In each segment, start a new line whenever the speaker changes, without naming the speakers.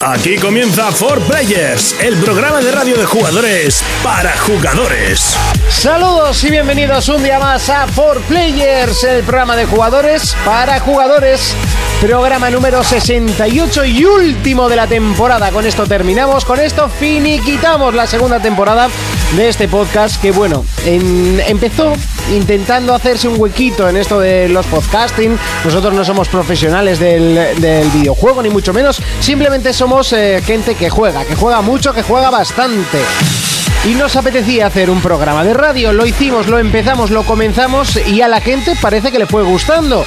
Aquí comienza For Players, el programa de radio de jugadores para jugadores.
Saludos y bienvenidos un día más a For Players, el programa de jugadores para jugadores. Programa número 68 y último de la temporada. Con esto terminamos, con esto finiquitamos la segunda temporada de este podcast que bueno, en- empezó intentando hacerse un huequito en esto de los podcasting. Nosotros no somos profesionales del, del videojuego, ni mucho menos. Simplemente somos eh, gente que juega, que juega mucho, que juega bastante. Y nos apetecía hacer un programa de radio, lo hicimos, lo empezamos, lo comenzamos y a la gente parece que le fue gustando.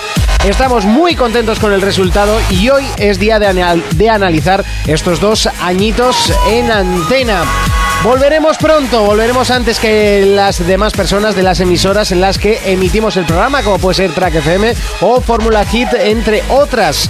Estamos muy contentos con el resultado y hoy es día de, anal- de analizar estos dos añitos en antena. Volveremos pronto, volveremos antes que las demás personas de las emisoras en las que emitimos el programa, como puede ser Track FM o Fórmula Hit, entre otras.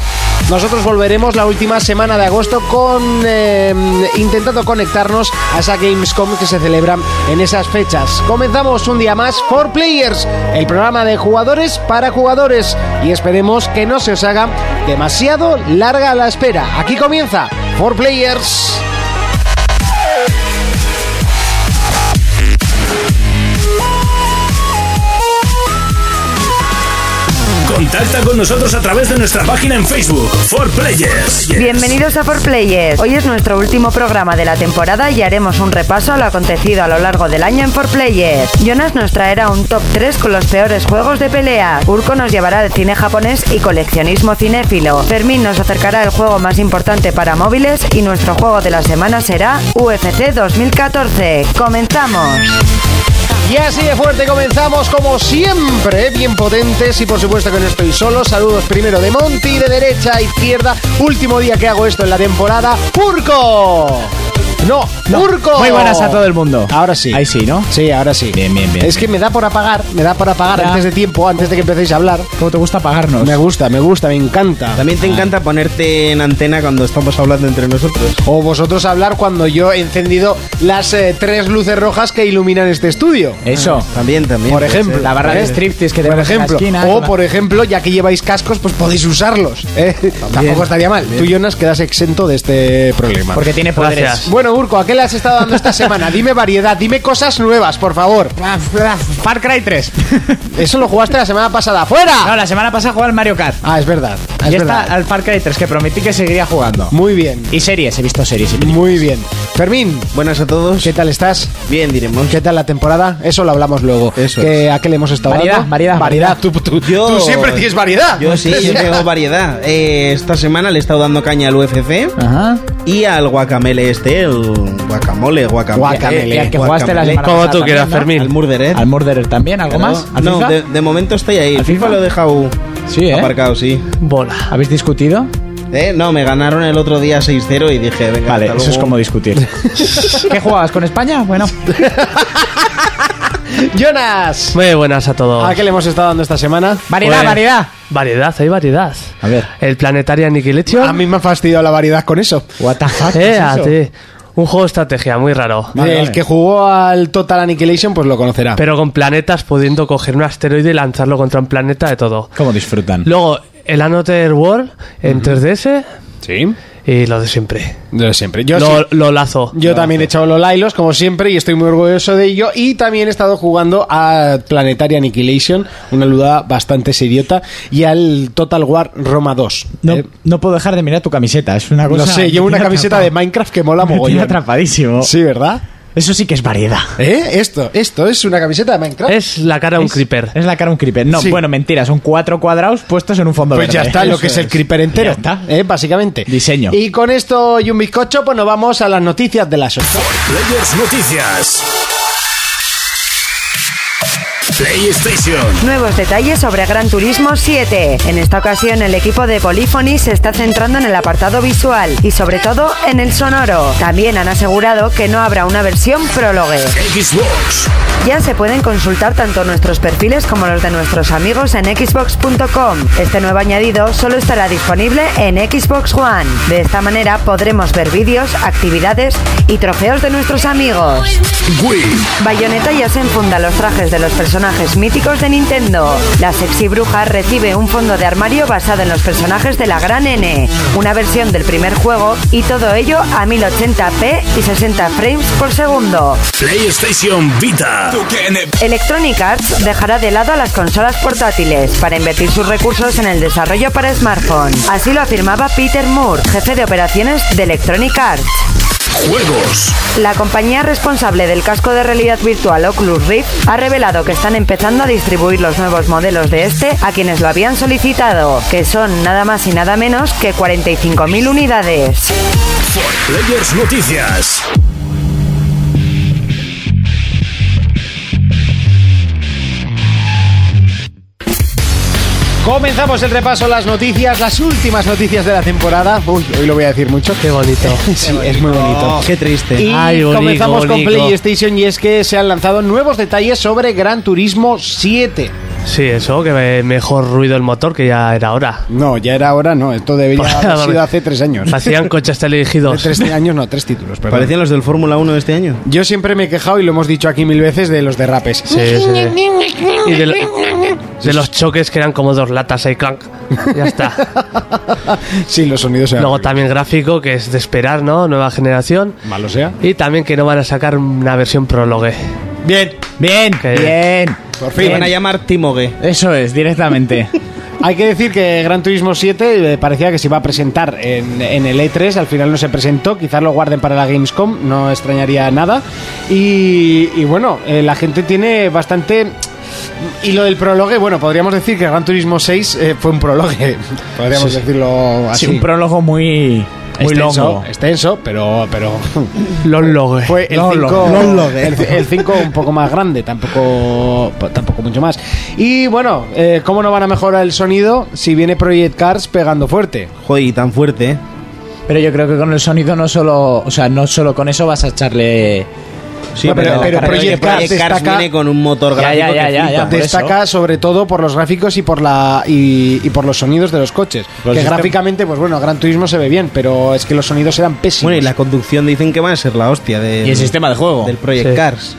Nosotros volveremos la última semana de agosto con eh, intentando conectarnos a esa Gamescom que se celebra en esas fechas. Comenzamos un día más For Players, el programa de jugadores para jugadores, y esperemos que no se os haga demasiado larga la espera. Aquí comienza For Players.
Contacta con nosotros a través de nuestra página en Facebook, For Players.
Bienvenidos a For Players. Hoy es nuestro último programa de la temporada y haremos un repaso a lo acontecido a lo largo del año en For Players. Jonas nos traerá un top 3 con los peores juegos de pelea. Urko nos llevará al cine japonés y coleccionismo cinéfilo. Fermín nos acercará el juego más importante para móviles y nuestro juego de la semana será UFC 2014. Comenzamos.
Y así de fuerte comenzamos como siempre, bien potentes y por supuesto que no estoy solo. Saludos primero de Monty, de derecha a izquierda. Último día que hago esto en la temporada. ¡Urco! No, ¡Urco!
Muy buenas a todo el mundo.
Ahora sí.
Ahí sí, ¿no?
Sí, ahora sí.
Bien, bien, bien.
Es que me da por apagar, me da por apagar
Ya.
antes de tiempo, antes de que empecéis a hablar.
¿Cómo te gusta pagarnos?
Me gusta, me gusta, me encanta.
También te encanta ponerte en antena cuando estamos hablando entre nosotros.
O vosotros hablar cuando yo he encendido las eh, tres luces rojas que iluminan este estudio.
Eso.
También, también.
Por
puede
ejemplo,
ser.
La barra de striptease que
por
tenemos en la
ejemplo,
esquina,
o
con la-
por ejemplo, ya que lleváis cascos, pues podéis usarlos. ¿eh? Tampoco estaría mal. Tú, Jonas, quedas exento de este problema.
Porque tiene poderes.
Gracias.
Bueno, Urco, ¿a qué le has estado dando esta semana? Dime variedad, dime cosas nuevas, por favor.
Far Cry 3.
Eso lo jugaste la semana pasada. ¡Fuera!
no, la semana pasada jugaba al Mario Kart.
Ah, es verdad. es
y está
verdad.
al Far Cry 3, que prometí que seguiría jugando.
Muy bien,
Y series, he visto series. y películas.
muy bien. Fermín,
Buenas a todos.
¿qué tal estás?
Bien, diremos.
¿Qué tal la temporada? Eso lo hablamos luego.
Eso
¿Qué- ¿A qué le hemos estado
Variedad,
dando?
variedad,
variedad. Tú, tú-
Yo-
tú siempre tienes variedad.
Yo sí, yo tengo variedad. Eh, esta semana le he estado dando caña al UFC
Ajá.
y al guacamele este, el guacamole, guacamole. eh,
Guacamele.
Y al que jugaste la semana
Como
pasada
tú quieras,
también,
Al
Fermín.
Murdered.
¿no? Al Murderer también, ¿algo más? ¿Al
no,
FIFA?
de, de momento estoy ahí.
¿Al
El FIFA
FIFA?
lo he dejado
Sí, ¿eh?
aparcado, sí.
Bola.
¿Habéis discutido?
Eh, No, me ganaron el otro día 6-0 y dije, venga,
Vale,
hasta
eso es
luego.
como discutir. ¿Qué jugabas con España? Bueno,
Jonas,
Muy buenas a todos.
¿a qué le hemos estado dando esta semana?
variedad,
Pues-
variedad.
Variedad, hay variedad.
A ver.
El Planetaria Annihilation.
A mí me ha fastidiado la variedad con eso.
What the fuck.
Eh,
¿qué es
a
eso?
ti. Un juego de estrategia muy raro.
Vale,
el
vale.
que jugó al Total Annihilation, pues lo conocerá.
Pero con planetas pudiendo coger un asteroide y lanzarlo contra un planeta de todo.
¿Cómo disfrutan?
Luego, el Another World en 3DS
sí,
y lo de siempre.
de siempre. Yo,
Lo,
sí.
lo lazo.
Yo también he echado los Lailos, como siempre, y estoy muy orgulloso de ello. Y también he estado jugando a Planetary Annihilation, una luda bastante seriota, y al Total War Roma 2.
No,
Eh,
no puedo dejar de mirar tu camiseta, es una
no
cosa.
sé, llevo
me
una
tiene
camiseta de
atrapado.
Minecraft que mola
Me tiene
mogollón.
atrapadísimo.
Sí, ¿verdad?
Eso sí que es variedad.
¿Eh? Esto, esto es una camiseta de Minecraft.
Es la cara de un creeper.
Es la cara de un creeper. No,
Sí.
bueno, mentira, son cuatro cuadrados puestos en un fondo
Pues
verde.
ya está, lo
Eso
que es el creeper entero.
Ya está.
¿eh? Básicamente.
Diseño.
Y con esto y un bizcocho, pues nos vamos a las noticias de las 8.
Players Noticias. PlayStation.
Nuevos detalles sobre Gran Turismo 7. En esta ocasión el equipo de Polyphony se está centrando en el apartado visual y sobre todo en el sonoro. También han asegurado que no habrá una versión prólogue.
Xbox.
Ya se pueden consultar tanto nuestros perfiles como los de nuestros amigos en xbox.com. Este nuevo añadido solo estará disponible en Xbox One. De esta manera podremos ver vídeos, actividades y trofeos de nuestros amigos.
Wii.
Bayonetta ya se enfunda los trajes de los personajes personajes míticos de Nintendo. La sexy bruja recibe un fondo de armario basado en los personajes de la Gran N, una versión del primer juego y todo ello a 1080p y 60 frames por segundo.
PlayStation Vita.
Electronic Arts dejará de lado a las consolas portátiles para invertir sus recursos en el desarrollo para smartphone. Así lo afirmaba Peter Moore, jefe de operaciones de Electronic Arts.
Juegos.
La compañía responsable del casco de realidad virtual Oculus Rift ha revelado que están empezando a distribuir los nuevos modelos de este a quienes lo habían solicitado, que son nada más y nada menos que 45.000 unidades.
Players Noticias.
Comenzamos el repaso a las noticias, las últimas noticias de la temporada. Uy, hoy lo voy a decir mucho.
Qué bonito.
Sí, es muy bonito.
Qué triste.
Y
Ay, bonito,
comenzamos con
bonito.
PlayStation y es que se han lanzado nuevos detalles sobre Gran Turismo 7.
Sí, eso, que me- mejor ruido el motor, que ya era hora.
No, ya era ahora, no. Esto debería haber sido hace tres años.
Hacían coches
Hace
teledirigidos.
tres años, no, tres títulos, perdón.
Parecían los del Fórmula 1 de este año.
Yo siempre me he quejado y lo hemos dicho aquí mil veces de los derrapes.
Sí, sí, sí. Y de, lo- de los choques que eran como dos latas ahí, clank. Ya está.
Sí, los sonidos eran
Luego también gráfico, que es de esperar, ¿no? Nueva generación.
malo sea.
Y también que no van a sacar una versión prologue.
Bien.
Bien,
Que-
bien.
Por
Se
fin.
van a llamar Timogue.
Eso es, directamente.
Hay que decir que Gran Turismo 7 eh, parecía que se iba a presentar en, en el E3, al final no se presentó, quizás lo guarden para la Gamescom, no extrañaría nada. Y, y bueno, eh, la gente tiene bastante... Y lo del prologue, bueno, podríamos decir que Gran Turismo 6 eh, fue un prologue, podríamos decirlo así.
Sí, un prólogo muy, muy
extenso,
longo.
extenso, pero... pero
Lonlogue.
fue el
No, lo-
5
no lo de.
el, el 5 un poco más grande, tampoco tampoco mucho más. Y bueno, eh, ¿cómo no van a mejorar el sonido si viene Project Cars pegando fuerte?
Joder, y tan fuerte, ¿eh?
Pero yo creo que con el sonido no solo, o sea, no solo con eso vas a echarle
Sí,
No, pero- pero
pero
Project
Project Cars
Cars destaca-
viene con un motor
Ya,
gráfico
ya, ya,
que
ya,
flipa.
ya. por
Destaca sobre todo por los gráficos y por la y, y por los sonidos de los coches.
Los
que
sistem-
gráficamente, pues bueno, Gran Turismo se ve bien, pero es que los sonidos eran pésimos.
Bueno, y la conducción dicen que va a ser la hostia de,
y el sistema de juego.
del Project
Sí.
Cars.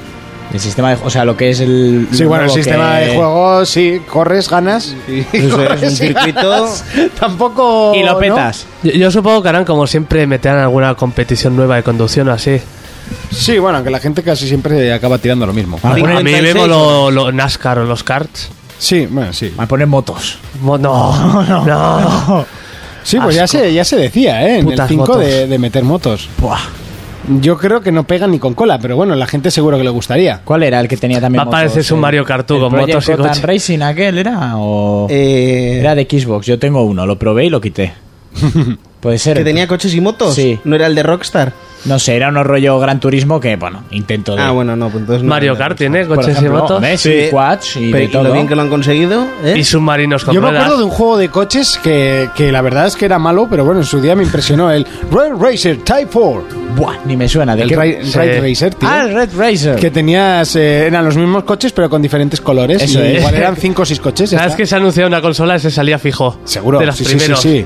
El sistema de, o sea, lo que es el
Sí, bueno, el
nuevo
sistema
que-
de juego, sí, corres, ganas. Y,
Eso es,
corres
un
y
circuito.
ganas. Tampoco.
y lo
¿no?
petas.
Yo, yo supongo que harán como siempre, meterán alguna competición nueva de conducción o así.
Sí, bueno, que la gente casi siempre acaba tirando lo mismo.
Van a
A
poner,
mí
56
me lo, lo NASCAR o los karts.
Sí, bueno, sí.
van a poner motos.
Mo- No, no,
Sí, pues ya
Asco.
se, ya se decía, ¿eh? En
Putas
el 5
motos.
de, de meter motos.
Buah.
Yo creo que no pega ni con cola, pero bueno, la gente seguro que le gustaría.
¿Cuál era el que tenía también
Va a parecer
motos?
su
El-
Mario Kart tú
el
con
Project
motos y
Gotham
coches.
Racing aquel era o
Eh,
era de Xbox. Yo tengo uno, lo probé y lo quité. Puede ser.
que tenía coches y motos.
Sí.
No era el de Rockstar.
No sé, era un rollo Gran Turismo que bueno, intento de
Ah, bueno, no, pues entonces no era
Mario
el de
Kart
Rockstar.
tiene
Por
coches
ejemplo,
y motos.
¿ves? Sí, quads y
pero
de
y
todo.
lo bien que lo han conseguido, ¿eh?
Y submarinos con
Yo me
ruedas.
acuerdo de un juego de coches que, que la verdad es que era malo, pero bueno, en su día me impresionó el Red Racer Type 4.
Buah, ni me suena de
El
qué-
Ray-
Sí.
Ride Racer, tío.
Ah, el Red Racer.
que tenías, eh, eran los mismos coches, pero con diferentes colores.
Eso
y
es.
Igual eran 5 o 6 coches. ya
¿Sabes
está.
que se ha anunciado una consola y se salía fijo?
Seguro,
De los
sí, sí, sí,
primeros.
sí.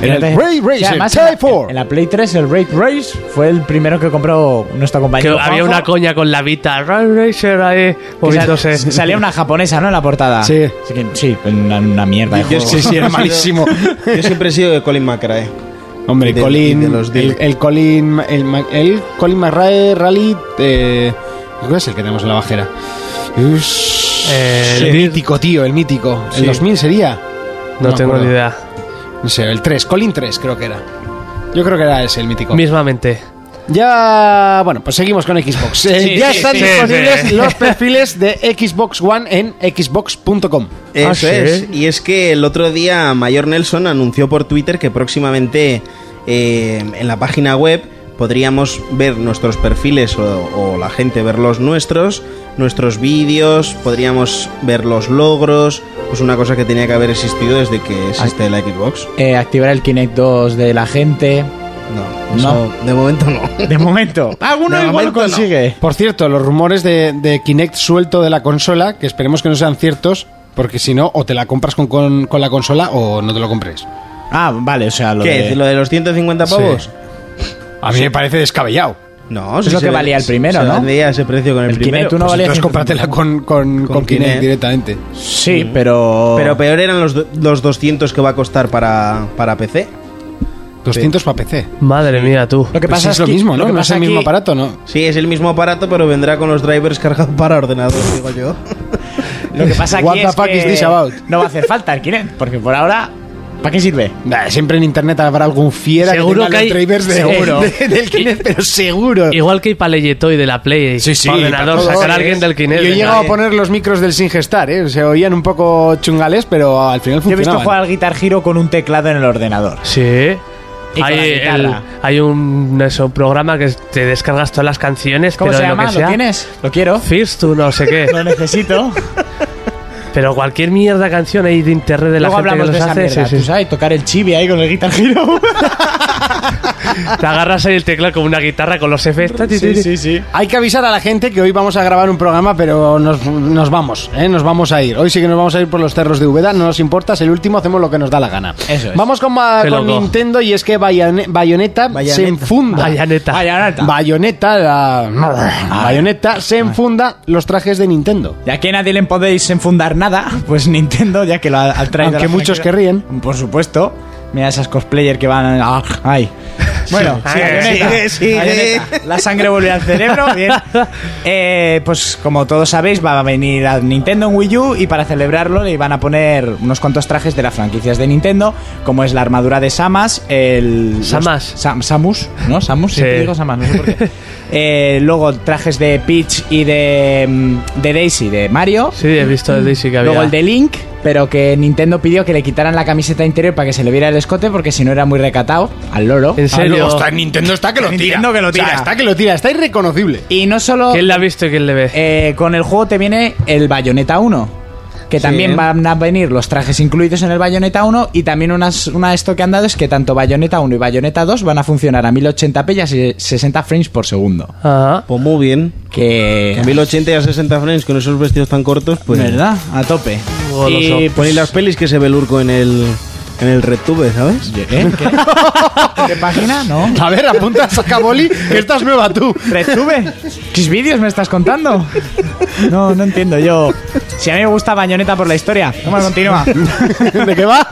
Era el Ray
O sea,
Racer
además, en la-
Type 4.
En la Play 3 el Raid Race fue el primero que compró nuestro
Que
compañero.
había
Juanjo,
una coña con la Vita. Ray Racer
que
ahí,
sal-
moviéndose.
salía una japonesa, ¿no? En la portada.
Sí.
Así que- sí, una, una mierda de
Yo
juego.
sí, sí,
era malísimo.
Yo siempre he sido de Colin McRae.
Hombre,
de-
Colin,
de los
el,
Dil.
el Colin, el, Ma- el Colin McRae Rally, eh, ¿cuál es el que tenemos en la bajera? Ush,
Eh,
el
el Dir-
mítico, tío, el mítico.
Sí.
El 2000 sería,
no,
no
tengo
me acuerdo.
ni idea.
no sé, el 3, Colin 3 creo que era. Yo creo que era ese el mítico.
Mismamente.
Ya, bueno, pues seguimos con Xbox. Eh,
Sí,
ya
sí,
están
sí,
disponibles
sí.
los perfiles de Xbox One en xbox.com.
Eso
Ah,
sí.
es. Y es que el otro día Mayor Nelson anunció por Twitter que próximamente eh, en la página web podríamos ver nuestros perfiles o, o la gente ver los nuestros, nuestros vídeos, podríamos ver los logros, pues una cosa que tenía que haber existido desde que existe la Xbox.
Eh, activar el Kinect 2 de la gente.
No, eso de momento no.
De momento. Alguno
De
Ah, igual lo
momento no.
consigue.
Por cierto, los rumores de, de Kinect suelto de la consola, que esperemos que no sean ciertos, porque si no, o te la compras con, con- con la consola o no te lo compres.
Ah, vale, o sea, lo
¿Qué?
de-
¿Lo de los 150 pavos?
A mí me parece descabellado.
No,
Es lo que valía el primero,
se
¿no?
vendía ese precio con el,
El Kinect
primero.
uno
Pues
valía
entonces
150.
cómpratela con, con,
Con
con Kinect
Kinect.
directamente.
Sí, pero.
Pero peor eran los, do- los 200 que va a costar para, para PC.
200 para PC.
Madre mía, tú.
Lo que
Pues
pasa
es
es
lo
que-
mismo, ¿no?
lo que
No es
pasa
el mismo
aquí-
aparato, ¿no?
Sí, es el mismo aparato, pero vendrá con los drivers cargados para ordenador, digo yo.
Lo que pasa aquí
What the
es
fuck
que
is this about?
no va a hacer falta el Kinect, porque por ahora, ¿para qué sirve?
Nah, siempre en internet habrá algún fiera que,
Seguro
tenga
que hay-
los drivers de,
seguro.
de- del Kinect, pero seguro.
Igual que hay paleyetoy de la Play.
Sí, sí,
pa' ordenador,
para todo,
sacar a
¿eh?
alguien del Kinect.
Yo he
venga. eh.
llegado a poner los micros del Singestar, ¿eh? Se oían un poco chungales, pero al final
Yo he visto
funcionaban.
jugar al Guitar Hero con un teclado en el ordenador.
Sí.
Y con
Hay,
la guitarra.
el- hay un eso, programa que te descargas todas las canciones,
¿Cómo
pero
se
de
llama?
lo que
¿Lo,
sea.
tienes? Lo quiero.
First, tú no sé qué.
Lo necesito.
pero cualquier mierda canción ahí de internet de la
Luego
gente que
hablamos de
los
esa
hace.
mierda,
sí,
tú
sí.
sabes, tocar el chibi ahí con el Guitar Hero.
Te agarras ahí el teclado con una guitarra con los efectos.
sí.
Hay que avisar a la gente que hoy vamos a grabar un programa, pero nos, nos vamos, ¿eh? nos vamos a ir. Hoy sí que nos vamos a ir por los cerros de Úbeda, no nos importa, es el último, hacemos lo que nos da la gana.
Eso es.
Vamos con, ma-
Qué
con
loco.
Nintendo y es que Bayone- Bayonetta, se enfunda.
Vaya neta.
Bayonetta, la- Bayonetta se enfunda los trajes de Nintendo.
Ya que a nadie le podéis enfundar nada, pues Nintendo, ya que lo ha, ha traído.
Aunque
la-
muchos querrían.
Por supuesto. Mira esas cosplayer que van. ah, ¡Ay! Bueno,
Sí,
Bayonetta,
sigue, sigue.
Bayonetta. La sangre vuelve al cerebro. Bien. Eh, pues como todos sabéis, va a venir a Nintendo en Wii U y para celebrarlo le van a poner unos cuantos trajes de las franquicias de Nintendo, como es la armadura de Samas, el. los-
Samas.
Sam- Samus, ¿no? Samus,
Sí.
siempre digo Samas, no sé por qué. Eh, luego trajes de Peach y de, mm, de Daisy, de Mario.
Sí, he visto el Daisy que había.
Luego el de Link, pero que Nintendo pidió que le quitaran la camiseta interior para que se le viera el escote porque si no era muy recatado al loro.
¿En serio?
Nintendo está que lo
tira. O sea,
está
está
que lo tira, está irreconocible.
Y no solo
¿Quién la ha visto y quién le ve?
Oh. eh, con el juego te viene el Bayonetta 1. Que
Sí.
también van a venir los trajes incluidos en el Bayonetta 1 y también unas, una esto que han dado es que tanto Bayonetta 1 y Bayonetta 2 van a funcionar a 1080p y a se- 60 frames por segundo.
Ajá.
Pues muy bien.
Que...
En 1080 y a 60 frames con esos vestidos tan cortos, pues.
¿Verdad? pues- A tope.
Goloso.
Y,
Ponéis las pelis que se ve el urco en el, en el RedTube, ¿sabes?
¿Eh? ¿Qué? ¿Qué página? No.
A ver, apunta, saca boli, que estás nueva tú.
¿Retuve? ¿Qué vídeos me estás contando? No, no entiendo. Yo. Si a mí me gusta Bayonetta por la historia. Toma, continúa.
¿De qué va?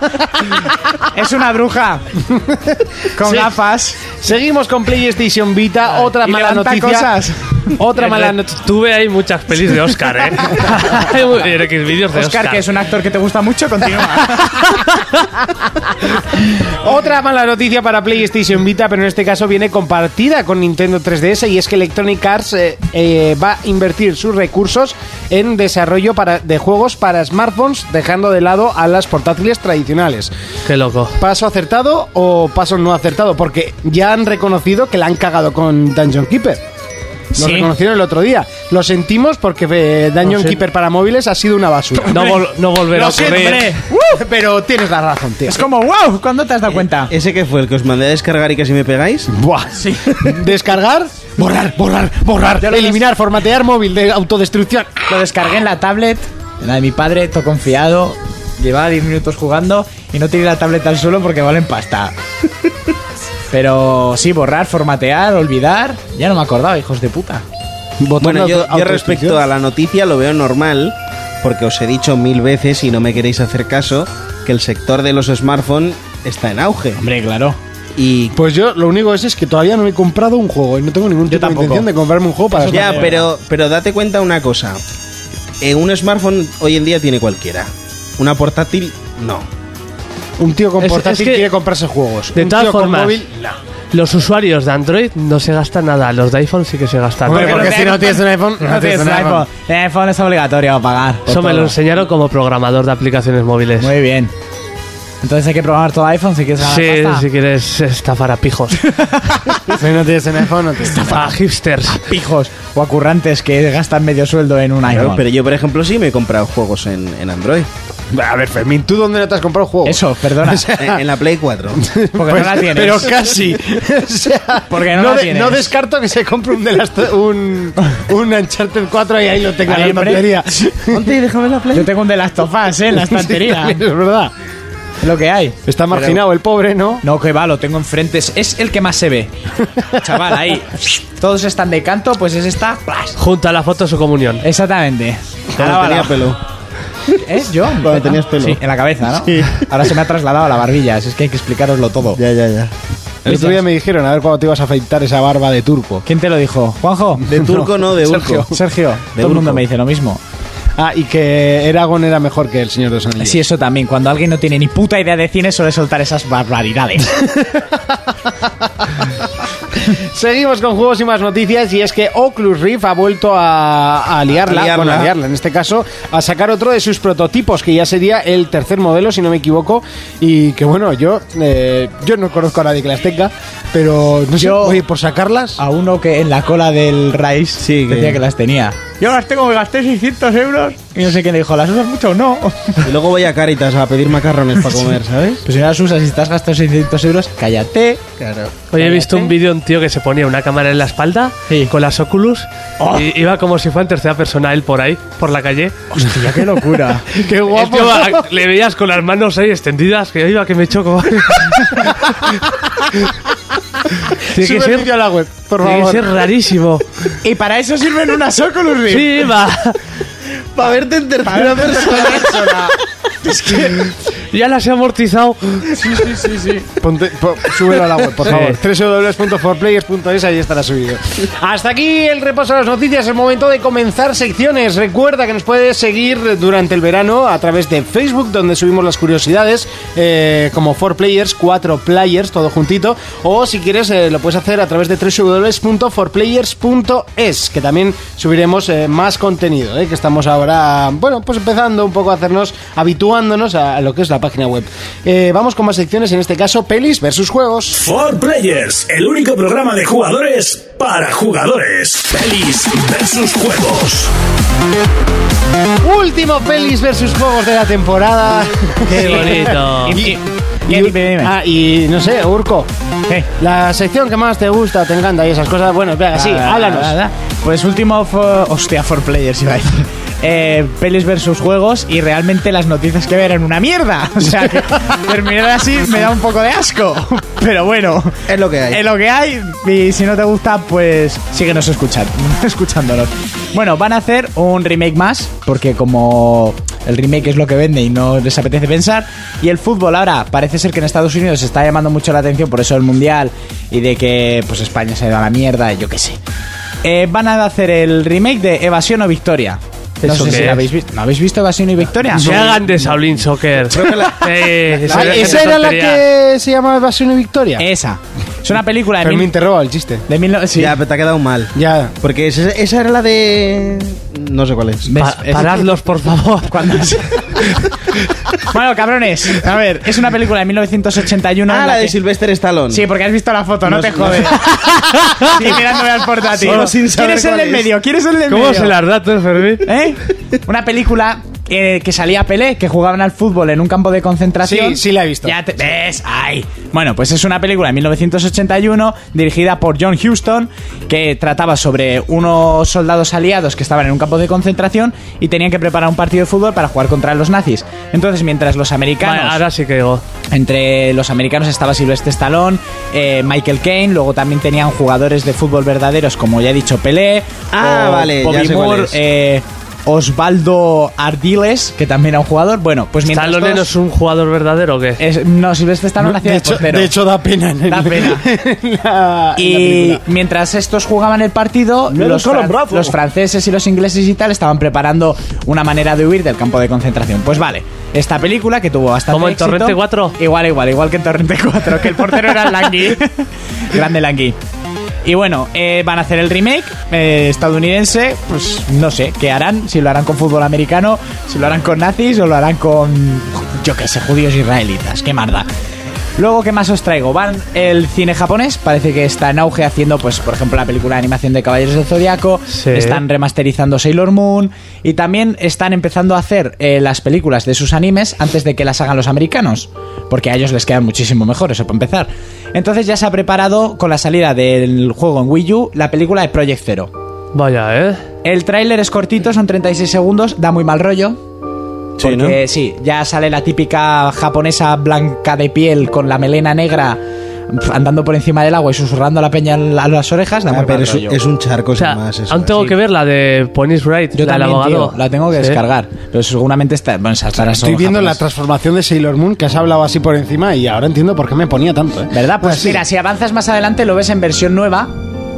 Es una bruja. Con
Sí.
gafas.
Seguimos con PlayStation Vita, otra
y
mala
levanta
noticia.
cosas.
Otra
En
mala
Red-
noticia.
Tuve ahí muchas pelis de Oscar, ¿eh? Hay mu- en Xvideos de Oscar.
Oscar, que es un actor que te gusta mucho, continúa.
Otra mala noticia para PlayStation Vita, pero en este caso viene compartida con Nintendo 3DS y es que Electronic Arts eh, eh, va a invertir sus recursos en desarrollo para, de juegos para smartphones, dejando de lado a las portátiles tradicionales.
Qué loco.
¿Paso acertado o paso no acertado? Porque ya han reconocido que la han cagado con Dungeon Keeper. Lo
Sí.
reconocieron el otro día. Lo sentimos porque eh, Dungeon
Lo sé.
Keeper para móviles ha sido una basura.
No, vol- no volverá a
Lo siento,
ocurrir.
hombre.
Uh, pero tienes la razón, tío.
Es como, wow, ¿cuándo te has
Eh,
dado cuenta?
¿Ese que fue el que os mandé a descargar y casi me pegáis?
Buah. Descargar, borrar, borrar, borrar,
Ya lo
eliminar, formatear móvil de autodestrucción.
Lo descargué en la tablet, en la de mi padre, todo confiado. Llevaba 10 minutos jugando y no tiré la tablet al suelo porque valen pasta. Pero sí, borrar, formatear, olvidar. Ya no me acordaba, hijos de puta.
Botón
Bueno,
de
yo,
auto-
yo respecto a la noticia lo veo normal, porque os he dicho mil veces, y no me queréis hacer caso, que el sector de los smartphones está en auge.
Hombre, claro.
Y
Pues yo lo único es, es que todavía no he comprado un juego y no tengo ningún tipo de
tampoco.
intención de comprarme un juego para
Ah, ya, pero, pero date cuenta una cosa. Eh, un smartphone hoy en día tiene cualquiera. Una portátil, no.
un tío con
Es- es
portátil
que-
quiere comprarse juegos.
De
un
todas
tío con
formas,
móvil,
los usuarios de Android no se gastan nada, los de iPhone sí que se gastan.
Hombre,
Porque
porque si no tienes un iPhone,
No tienes un iPhone. El iPhone es obligatorio pagar. por
Pues Eso me lo
todo.
enseñaron como programador de aplicaciones móviles.
Muy bien. Entonces hay que programar todo iPhone si quieres ganar
Sí,
pasta.
si quieres estafar a pijos,
Si no tienes un iPhone, no tienes.
a hipsters.
Pijos o acurrantes que gastan medio sueldo en un
Claro,
iPhone.
pero yo, por ejemplo, sí me he comprado juegos en, en Android.
A ver, Fermín, ¿tú dónde no te has comprado juegos?
Eso, perdona.
en, en la Play 4.
Porque
Pues,
no la tienes.
Pero casi. O sea,
Porque no la
de-
tienes.
no descarto que se compre un, de las, un, un Uncharted 4 y ahí lo tenga en la
Ahí, hombre.
estantería.
Ponte y déjame la Play.
Yo tengo un de las tofás, ¿eh? En la estantería.
Es verdad.
Lo que hay.
Está marginado el pobre, ¿no?
No, que va, lo tengo enfrente. Es- Es el que más se ve. Chaval, ahí. Todos están de canto, pues es esta. ¡plas!
Junta la foto de su comunión.
Exactamente.
Cuando
Ahora va
tenía
la-
pelo.
¿Eh? ¿Yo?
Cuando tenías pelo.
Sí, en la cabeza, ¿no? Ahora se me ha trasladado a la barbilla, así es que hay que explicaroslo todo.
Ya, ya, ya.
El otro día me dijeron, a ver cuándo te ibas a afeitar esa barba de turco.
¿Quién te lo dijo? ¿Juanjo?
De turco no, de
Sergio.
urco.
Sergio, todo el mundo
urco.
me dice lo mismo.
Ah, y que Eragon era mejor que el Señor de los Anillos.
Sí, eso también. Cuando alguien no tiene ni puta idea de cine suele soltar esas barbaridades.
Seguimos con juegos y más noticias y es que Oculus Rift ha vuelto a, a liarla,
A liarla.
bueno, a liarla, en este caso, a sacar otro de sus prototipos que ya sería el tercer modelo, si no me equivoco, y que bueno, yo eh, yo no conozco a nadie que las tenga, pero no sé,
Yo- Ah,
oye, por sacarlas,
a uno que en la cola del Rice
Sí, que-
decía que... las tenía. Yo las tengo, me gasté 600 euros. Y no sé quién le dijo, ¿las usas mucho o no?
Y luego voy a Caritas a pedir macarrones para comer, ¿sabes?
Pues si no las usas y te has gastado 600 euros, cállate.
Hoy he visto un vídeo de un tío que se ponía una cámara en la espalda
Sí.
con las Oculus
Oh.
y iba como si fuera en tercera persona él por ahí, por la calle.
Hostia, qué locura.
qué guapo.
Es que va- le veías con las manos ahí extendidas, que iba que me choco. Tiene que
Sube el
ser,
vídeo a la web, por
tiene que
favor.
ser rarísimo.
y para eso sirven unas Oculus Rift.
Sí, va.
Para verte en tercera persona.
Ya las he amortizado.
Ponte- po- súbelo a la web, por
Sí.
favor. www.forplayers.es, ahí estará subido. Hasta aquí el repaso de las noticias, el momento de comenzar secciones. Recuerda que nos puedes seguir durante el verano a través de Facebook, donde subimos las curiosidades, eh, como 4Players, 4Players, todo juntito. O si quieres, eh, lo puedes hacer a través de www.forplayers.es, que también subiremos eh, más contenido, eh, que estamos ahora, bueno, pues empezando un poco a hacernos, habituándonos a, a lo que es la página web. Eh, vamos con más secciones, en este caso, pelis versus juegos.
For Players, el único programa de jugadores para jugadores. Pelis versus juegos.
Último pelis versus juegos de la temporada.
Qué bonito.
Y,
Y,
y- dime.
ah, y no sé, Urco.
¿Qué?
La sección que más te gusta, te encanta y esas cosas. Bueno, venga, sí,
Ah,
háblanos.
ah, ah. Pues último, fo- hostia, for players iba a decir. Eh, pelis versus juegos y realmente las noticias que ver eran una mierda. O sea, que terminar así me da un poco de asco. Pero bueno,
Es lo que hay.
es lo que hay. Y si no te gusta, pues síguenos escuchando, escuchándonos. Bueno, van a hacer un remake más, porque como el remake es lo que vende y no les apetece pensar. Y el fútbol ahora parece ser que en Estados Unidos se está llamando mucho la atención por eso el mundial y de que pues España se ha ido a la mierda, yo qué sé. Eh, van a hacer el remake de Evasión o Victoria. No
¿Eso
sé
qué
si
es?
la habéis visto. ¿No habéis visto Evasión y Victoria?
Se hagan de Shaolin Soccer. Eh,
Ah,
dejen de
¿Esa era la
tontería.
que se llamaba Evasión y Victoria?
Esa. Es una película de
Pero me
mil...
interroga el chiste.
De mil no- sí.
Ya, pero te ha quedado mal.
Ya.
Porque esa, esa era la de. No sé cuál es.
¿Ves?
Pa-
Es-
paradlos, por favor.
Cuando- bueno, cabrones, a ver, es una película de 1981.
Ah,
en
la de
que-
Sylvester Stallone.
Sí, porque has visto la foto, no,
No
te
es-
jodes. Sí, mirándome al portátil.
Solo sin saber
¿Quién es el
cuál
del
es.
medio? ¿Quién es el del
¿Cómo
medio?
se las da tú, Fermín?
¿Eh? Una película eh, que salía Pelé, que jugaban al fútbol en un campo de concentración.
Sí, sí la he visto.
Ya te ves, ay. Bueno, pues es una película de 1981 dirigida por John Huston que trataba sobre unos soldados aliados que estaban en un campo de concentración y tenían que preparar un partido de fútbol para jugar contra los nazis. Entonces, mientras los americanos
Vale, ah, ahora sí que digo.
entre los americanos estaba Sylvester Stallone, eh, Michael Caine, luego también tenían jugadores de fútbol verdaderos como ya he dicho Pelé,
Ah,
o
vale, ya
Bobby
sé cuál
Moore,
es.
eh, Osvaldo Ardiles, que también era un jugador. Bueno, pues mientras
¿Stallone no
todos-
es un jugador verdadero o qué?
es- no, Sylvester Stallone hacía
de,
de
hecho,
portero.
de hecho, da pena. en el-
Da pena.
en la- en la
Y
película.
mientras estos jugaban el partido, los, fran- los franceses y los ingleses y tal estaban preparando una manera de huir del campo de concentración. Pues vale, esta película que tuvo bastante
¿Como en
éxito-
Torrente 4?
Igual, igual, igual que en Torrente 4, que el portero era Langui. Grande Langui. Y bueno, eh, van a hacer el remake eh, estadounidense, pues no sé qué harán, si lo harán con fútbol americano, si lo harán con nazis o lo harán con, yo qué sé, judíos israelitas, qué marda. Luego, ¿qué más os traigo? Van el cine japonés, parece que está en auge haciendo, pues, por ejemplo, la película de animación de Caballeros del Zodiaco,
Sí.
están remasterizando Sailor Moon y también están empezando a hacer eh, las películas de sus animes antes de que las hagan los americanos, porque a ellos les quedan muchísimo mejor, eso para empezar. Entonces ya se ha preparado con la salida del juego en Wii U la película de Project Zero.
Vaya, ¿eh?
El tráiler es cortito, son 36 segundos, da muy mal rollo.
Sí, ¿no?
Porque sí, ya sale la típica japonesa blanca de piel con la melena negra andando por encima del agua y susurrando a la peña a las orejas. Da muy
Ah, pero
mal
es,
rollo.
es un charco
O sea,
sin más. eso,
aún tengo
sí.
que ver la de Pony's Bright,
Yo
la del
también,
abogado.
tío, la tengo que
Sí.
descargar. Pero seguramente está. Bueno, esas raras
Estoy
son
viendo la
japonesas.
transformación de Sailor Moon que has hablado así por encima y ahora entiendo por qué me ponía tanto. ¿eh?
¿Verdad? Pues
Así.
mira, si avanzas más adelante lo ves en versión nueva,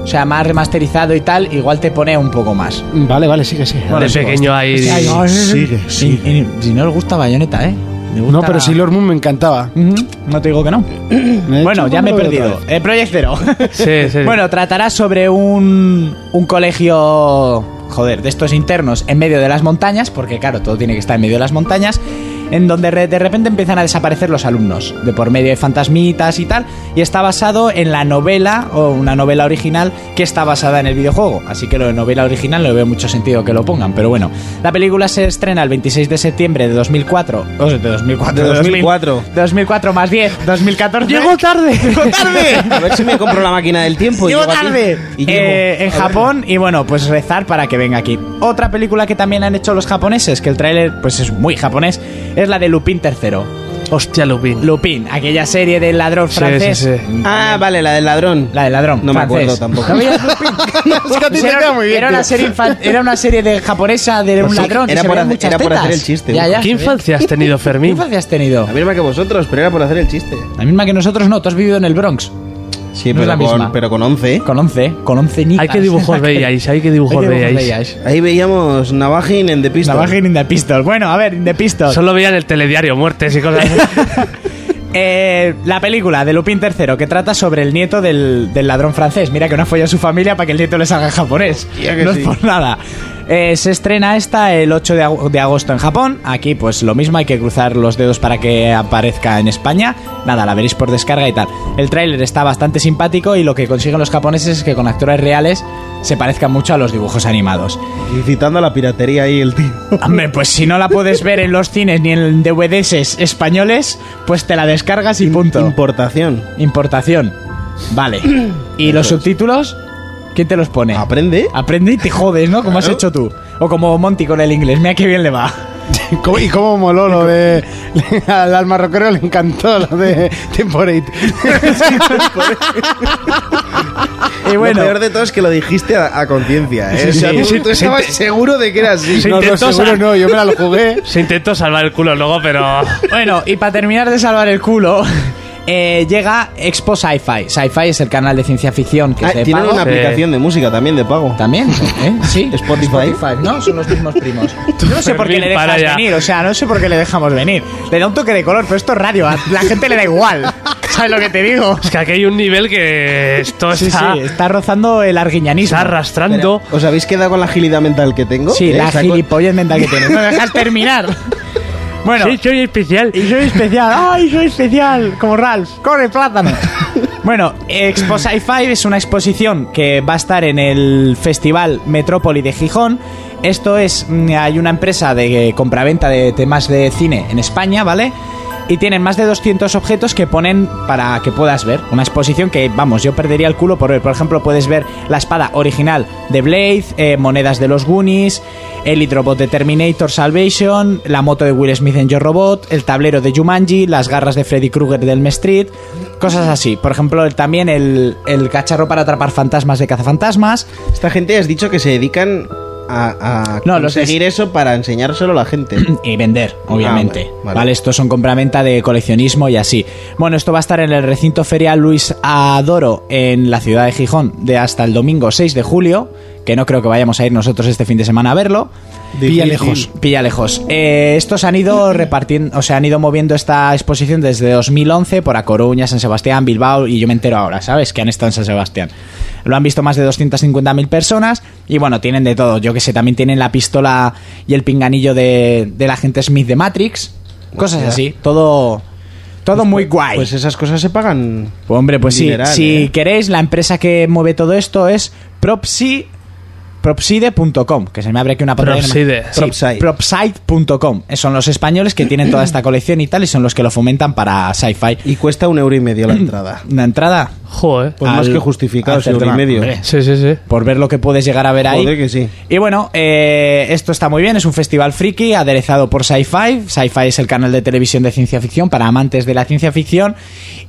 o sea, más remasterizado y tal, igual te pone un poco más.
Vale, vale, sigue, sigue.
de
pues.
pequeño ahí.
sigue, sigue.
Y- y- si no les gusta Bayonetta, ¿eh? Le gusta-
No, pero Sailor Moon me encantaba.
Ujú, No te digo que no.
hecho,
Bueno, ya me he
lo veo otra
perdido. Eh, Project Zero.
Sí, sí.
Bueno, tratará sobre un, un colegio, joder, de estos internos en medio de las montañas, porque claro, todo tiene que estar en medio de las montañas, en donde re- de repente empiezan a desaparecer los alumnos, de por medio de fantasmitas y tal, y está basado en la novela, o una novela original, que está basada en el videojuego. Así que lo de novela original no le veo mucho sentido que lo pongan, pero bueno. La película se estrena el 26 de septiembre de 2004, o sea, de
De
2004, de
2004.
2004 más 10, 2014.
Llego tarde.
¡Llego tarde!
¿eh? A ver si me compro la máquina del tiempo. y
Llego
Pues llego aquí.
tarde.
Y llego.
Eh, en Japón, y bueno, pues rezar para que venga aquí. Otra película que también han hecho los japoneses, que el tráiler pues es muy japonés, es la de Lupin III.
Hostia, Lupin.
Lupin, aquella serie del ladrón
Sí,
francés.
sí, sí.
Ah, vale, la del ladrón.
La del ladrón.
No me
francés.
acuerdo tampoco.
¿No veías Lupin? Pues
Es que a ti te
Era-
queda muy bien,
Era
tío.
una serie, infan- era una serie de japonesa de
Pues
un
sí,
ladrón. que
era
se
por
veían
hacer-
muchas
era por
tetas.
hacer el chiste,
Ya,
¿no?
ya,
¿Qué
se ve.
infancia has tenido,
¿Qué
Fermín?
infancia has tenido?
La misma que vosotros, pero era por hacer el chiste.
La misma que nosotros no, tú has vivido en el Bronx.
Sí,
No
pero,
es la
con,
misma.
pero con 11. ¿eh?
Con 11, con 11
Hay
niñas.
que dibujos veíais, hay que dibujos veíais.
veíais.
Ahí veíamos Navajin en The Pistol.
La Virgen in the Pistol. Bueno, a ver, in the Pistol.
Solo veían el telediario, muertes y cosas así.
Eh, la película de Lupin III que trata sobre el nieto del, del ladrón francés. Mira que no ha follado a su familia para que el nieto le salga en japonés.
Hostia, que
no
sí.
es por nada. Eh, se estrena esta el 8 de, agu- de agosto en Japón. Aquí pues lo mismo, hay que cruzar los dedos para que aparezca en España. Nada, la veréis por descarga y tal. El tráiler está bastante simpático y lo que consiguen los japoneses es que con actores reales se parezcan mucho a los dibujos animados.
Incitando a la piratería ahí el tío.
Hombre, pues si no la puedes ver en los cines ni en DVDs españoles, pues te la descargas y punto.
Importación.
Importación. Vale. ¿Y los subtítulos? ¿Quién te los pone?
Aprende.
Aprende y te jodes, ¿no? Como has hecho tú. O como Monty con el inglés. Mira qué bien le va.
¿Cómo- y cómo moló lo de. Al, al marroquero le encantó lo de Temporate.
Y bueno,
Lo peor de todo es que lo dijiste a, a conciencia, ¿eh?
Sí,
O sea,
sí.
tú, tú estabas seguro de que era así.
Se
No, no,
intentó
seguro
sa-
no, yo me la lo jugué.
Se intentó salvar el culo luego, pero.
bueno, y para terminar de salvar el culo, eh, llega Expo Sci-Fi. Sci-Fi es el canal de ciencia ficción que
Ah,
se de
tienen
pago.
una aplicación de música también de pago.
También, ¿eh? Sí.
Spotify.
¿no? Son los mismos primos. Yo no sé por qué
Fermín,
le
para
dejas
ya.
venir, o sea, no sé por qué le dejamos venir. Le da un toque de color, pero esto es radio, a la gente le da igual. ¿Sabes lo que te digo?
Es que aquí hay un nivel que esto
Sí,
está,
sí, está rozando el arguiñanismo.
está arrastrando.
¿Os habéis quedado con la agilidad mental que tengo?
Sí,
¿Eh?
la
Saco-
gilipollez mental que tienes. No me dejas terminar. Bueno,
Sí, soy especial.
y soy especial. ¡Ay, soy especial! Como Ralph. ¡Corre, plátano! Bueno, Expo Sci-Fi es una exposición que va a estar en el Festival Metrópoli de Gijón. Esto es, mm, hay una empresa de eh, compraventa de temas de cine en España, ¿vale? Y tienen más de 200 objetos que ponen para que puedas ver. Una exposición que, vamos, yo perdería el culo por ver. Por ejemplo, puedes ver la espada original de Blade, eh, monedas de los Goonies, el hidrobot de Terminator Salvation, la moto de Will Smith en Yo Robot, el tablero de Jumanji, las garras de Freddy Krueger del M Street, cosas así. Por ejemplo, el- también el, el cacharro para atrapar fantasmas de cazafantasmas.
Esta gente has dicho que se dedican a, a
No, los
conseguir eso para enseñárselo a la gente.
y vender, obviamente.
Ah, vale,
vale,
vale.
estos son compraventa de coleccionismo y así. Bueno, esto va a estar en el recinto ferial Luis Adoro en la ciudad de Gijón de hasta el domingo 6 de julio, que no creo que vayamos a ir nosotros este fin de semana a verlo.
Pilla lejos.
Pilla lejos. Eh, estos han ido repartiendo, o sea, han ido moviendo esta exposición desde 2011 por A Coruña, San Sebastián, Bilbao y yo me entero ahora, ¿sabes? Que han estado en San Sebastián. Lo han visto más de 250.000 personas y bueno, tienen de todo. Yo que sé, también tienen la pistola y el pinganillo de, del agente Smith de Matrix. Cosas así. Todo, todo muy guay.
Pues esas cosas se pagan.
Pues hombre, pues sí.
Dineral,
si
eh.
queréis, la empresa que mueve todo esto es Propsi. Propside.com, que se me abre aquí una pantalla.
Propside.
Sí,
Propside.
Propside.com. Eh, Son los españoles que tienen toda esta colección y tal, y son los que lo fomentan para sci-fi.
Y cuesta un euro y medio la entrada.
Una entrada,
Joder.
Pues más
al-
que justificado,
al
ese euro y
Cerdeña.
medio.
Hombre,
Sí, sí, sí.
por ver lo que puedes llegar a ver ahí.
Joder que sí.
Y bueno, eh, esto está muy bien, es un festival friki aderezado por Sci-Fi. Sci-Fi es el canal de televisión de ciencia ficción para amantes de la ciencia ficción.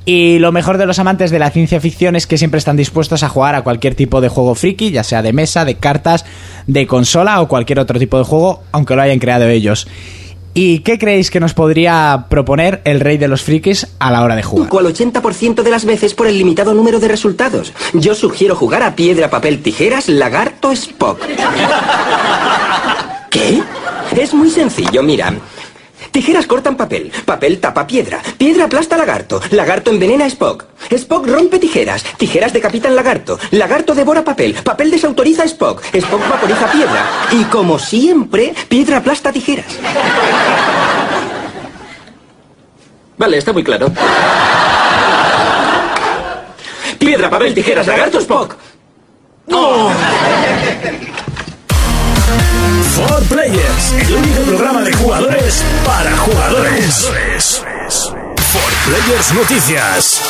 Y lo mejor de los amantes de la ciencia ficción es que siempre están dispuestos a jugar a cualquier tipo de juego friki, ya sea de mesa, de cartas, de consola o cualquier otro tipo de juego, aunque lo hayan creado ellos. ¿Y qué creéis que nos podría proponer el rey de los frikis a la hora de jugar?
truco al 80% de las veces por el limitado número de resultados. Yo sugiero jugar a piedra, papel, tijeras, lagarto, Spock. ¿Qué? Es muy sencillo, mira. Tijeras cortan papel, papel tapa piedra, piedra aplasta lagarto, lagarto envenena a Spock, Spock rompe tijeras, tijeras decapitan lagarto, lagarto devora papel, papel desautoriza a Spock, Spock vaporiza piedra y como siempre, piedra aplasta tijeras. Vale, está muy claro. Piedra, papel, tijeras, lagarto, Spock.
For Players, el único programa de jugadores para jugadores. For Players Noticias.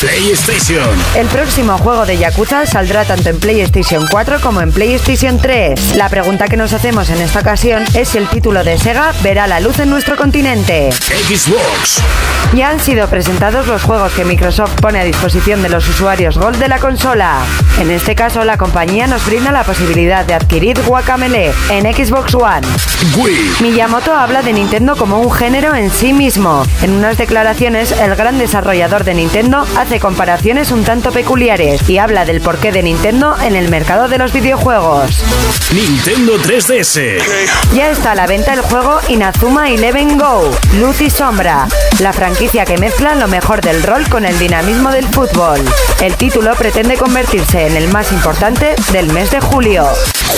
PlayStation,
El próximo juego de Yakuza saldrá tanto en PlayStation 4 como en PlayStation 3. La pregunta que nos hacemos en esta ocasión es si el título de Sega verá la luz en nuestro continente.
Xbox,
Ya han sido presentados los juegos que Microsoft pone a disposición de los usuarios Gold de la consola. En este caso, la compañía nos brinda la posibilidad de adquirir Guacamele en Xbox One.
Wii,
Miyamoto habla de Nintendo como un género en sí mismo. En unas declaraciones, el gran desarrollador de Nintendo hace comparaciones un tanto peculiares y habla del porqué de Nintendo en el mercado de los videojuegos.
Nintendo 3DS,
Ya está a la venta el juego Inazuma Eleven Go, Luz y Sombra, la franquicia que mezcla lo mejor del rol con el dinamismo del fútbol. El título pretende convertirse en el más importante del mes de julio.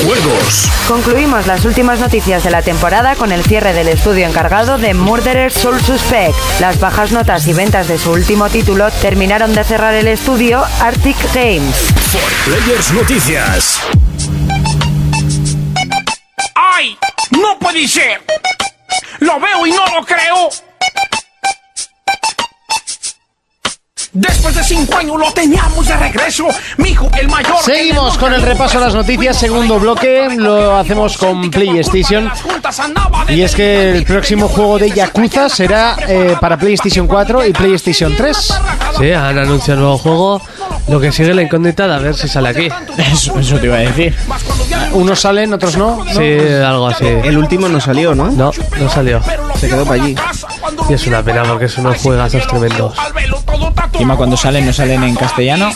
Juegos,
Concluimos las últimas noticias de la temporada con el cierre del estudio encargado de Murderer Soul Suspect. Las bajas notas y ventas de su último título terminaron de cerrar el estudio Arctic Games.
Players Noticias.
¡Ay! ¡No puede ser! ¡Lo veo y no lo creo! Después de cinco años lo teníamos de regreso, mi hijo el mayor.
Seguimos con el repaso de las noticias, segundo bloque, lo hacemos con PlayStation. Y es que el próximo juego de Yakuza será eh, para PlayStation 4 y PlayStation 3.
Sí, han anunciado el nuevo juego. Lo que sigue la incógnita de a ver si sale aquí.
Eso, eso te iba a decir.
Unos salen, otros no. ¿no?
Sí, algo así.
El último no salió, ¿no?
No, no salió.
Se quedó para allí.
Y es una pena porque son unos juegazos tremendos.
Encima cuando salen, no salen en castellano.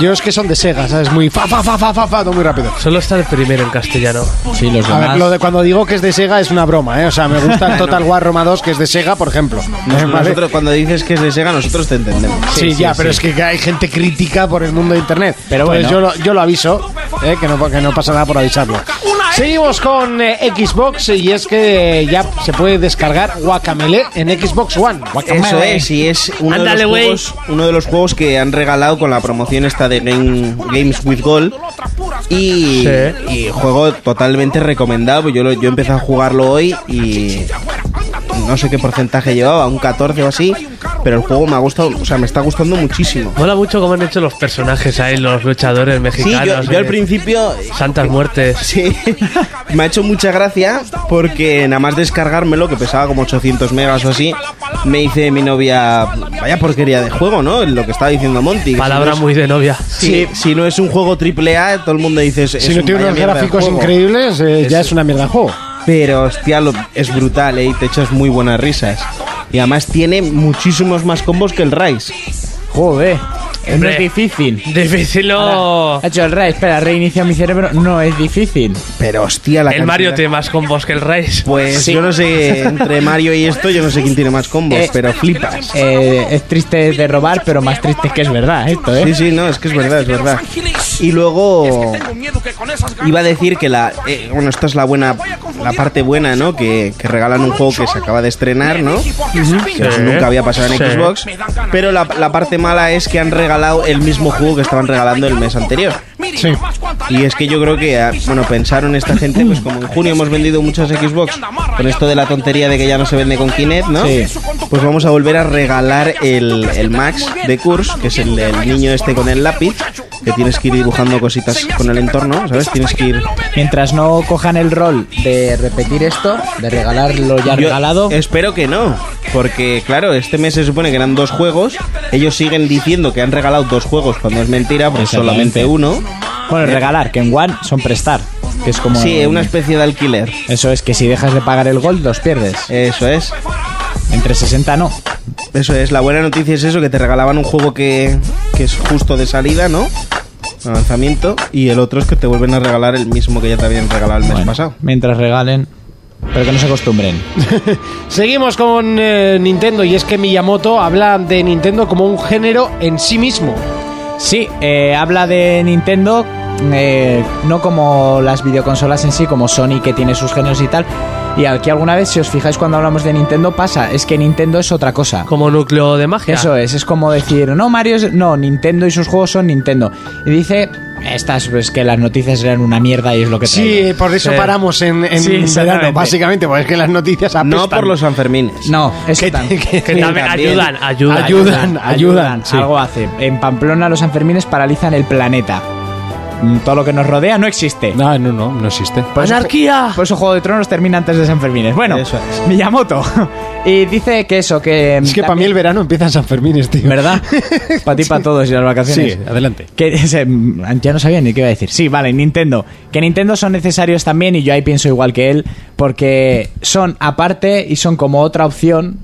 Yo es que son de Sega, ¿sabes? Muy fa, fa, fa, fa, fa, fa, todo muy rápido.
Solo está el primero en castellano.
Sí, los
A ver,
demás.
lo de cuando digo que es de Sega es una broma, ¿eh? O sea, me gusta el Total War Roma 2 que es de Sega, por ejemplo.
Nos-
¿Vale?
Nosotros, cuando dices que es de Sega, nosotros te entendemos.
Sí, ya, pero es que hay gente crítica por el mundo de internet.
Pero
Entonces
bueno.
yo, lo, yo lo aviso, eh, que, no, que no pasa nada por avisarlo. Seguimos con eh, Xbox y es que ya se puede descargar Guacamele en Xbox One.
Eso es, y es uno,
Ándale,
de los
güey.
juegos, uno de los juegos que han regalado con la promoción esta de Game- Games with Gold. Y,
Sí.
y juego totalmente recomendado. Yo, lo, yo empecé a jugarlo hoy y no sé qué porcentaje llevaba, un 14 o así. Pero el juego me ha gustado, o sea, me está gustando muchísimo.
Mola mucho cómo han hecho los personajes ahí, los luchadores
Sí, yo,
mexicanos.
yo al
eh,
principio
Santas muertes.
Sí, me ha hecho mucha gracia porque nada más descargármelo, que pesaba como 800 megas o así, me dice mi novia, vaya porquería de juego, ¿no? Lo que estaba diciendo Monty. que si
Palabra
no es-
muy de novia.
Sí, si no es un juego triple A, todo el mundo dice... "Es-
Si
es
no
un
tiene
vaya
unos
mierda de
gráficos
juego".
increíbles, eh, ya es una mierda de juego.
Pero, hostia, lo- es brutal, ¿eh? Y te echas muy buenas risas. Y además tiene muchísimos más combos que el Rise.
Joder. No
Hombre.
es difícil.
Difícil lo.
Ha hecho el Ray, espera, reinicia mi cerebro. No es difícil.
Pero, hostia, la
El Mario
cantidad-
tiene más combos que el Rice.
Pues yo no sé, entre Mario y esto, yo no sé quién tiene más combos,
Eh,
pero flipas.
Eh, es triste de robar, pero más triste es que es verdad esto, ¿eh?
Sí, sí, no, es que es verdad, es verdad. Y luego iba a decir que la eh, bueno, esta es la buena la parte buena, ¿no? Que, que regalan un juego que se acaba de estrenar, ¿no? Que eso nunca había pasado en
Sí.
Xbox, pero la, la parte mala es que han regalado el mismo juego que estaban regalando el mes anterior.
Sí.
Y es que yo creo que, ah, bueno, pensaron esta gente, pues como en junio hemos vendido muchas Xbox, con esto de la tontería de que ya no se vende con Kinect, ¿no?
Sí.
Pues vamos a volver a regalar el, el Max de Kurs, que es el, el niño este con el lápiz, que tienes que ir dibujando cositas con el entorno, ¿sabes? Tienes que ir...
Mientras no cojan el rol de repetir esto, de regalar lo ya
Yo
regalado.
Espero que no, porque claro, este mes se supone que eran dos juegos, ellos siguen diciendo que han regalado dos juegos cuando es mentira, pues
Exactamente.
solamente uno.
Bueno, regalar, que en One son prestar. Que es como.
Sí, una especie de alquiler.
Eso es que si dejas de pagar el gold, los pierdes.
Eso es.
Entre 60 no.
Eso es, la buena noticia es eso, que te regalaban un juego que, que es justo de salida, ¿no? De Lanzamiento. Y el otro es que te vuelven a regalar el mismo que ya te habían regalado el mes
Bueno,
Pues pasado.
Mientras regalen. Pero que no se acostumbren.
Seguimos con eh, Nintendo y es que Miyamoto habla de Nintendo como un género en sí mismo.
Sí, eh, habla de Nintendo, eh, no como las videoconsolas en sí, como Sony que tiene sus genios y tal. Y aquí alguna vez, si os fijáis cuando hablamos de Nintendo, pasa, es que Nintendo es otra cosa.
Como núcleo de magia.
Eso es, es como decir, no, Mario es... No, Nintendo y sus juegos son Nintendo. Y dice, estas, pues que las noticias eran una mierda y es lo que traigo.
Sí, por eso
Sí.
paramos en, en
Sí,
verano,
exactamente.
básicamente, porque es que las noticias apestan.
No por los Sanfermines.
No, eso
Que-
tan-
que-
Que también ayudan, ayudan.
Ayudan, ayudan, sí.
Algo hace. En Pamplona los Sanfermines paralizan el planeta. Mm, Todo lo que nos rodea no existe.
No, no, no, no existe.
¡Anarquía!
Por eso Juego de Tronos termina antes de San Fermín. Bueno,
Eso es.
Miyamoto. Y dice que eso, que.
Es que para mí el verano empieza en San Fermín, tío.
¿Verdad? para ti, para todos y las vacaciones.
Sí, adelante.
Que se- ya no sabía ni qué iba a decir. Sí, vale, Nintendo. Que Nintendo son necesarios también y yo ahí pienso igual que él, porque son aparte y son como otra opción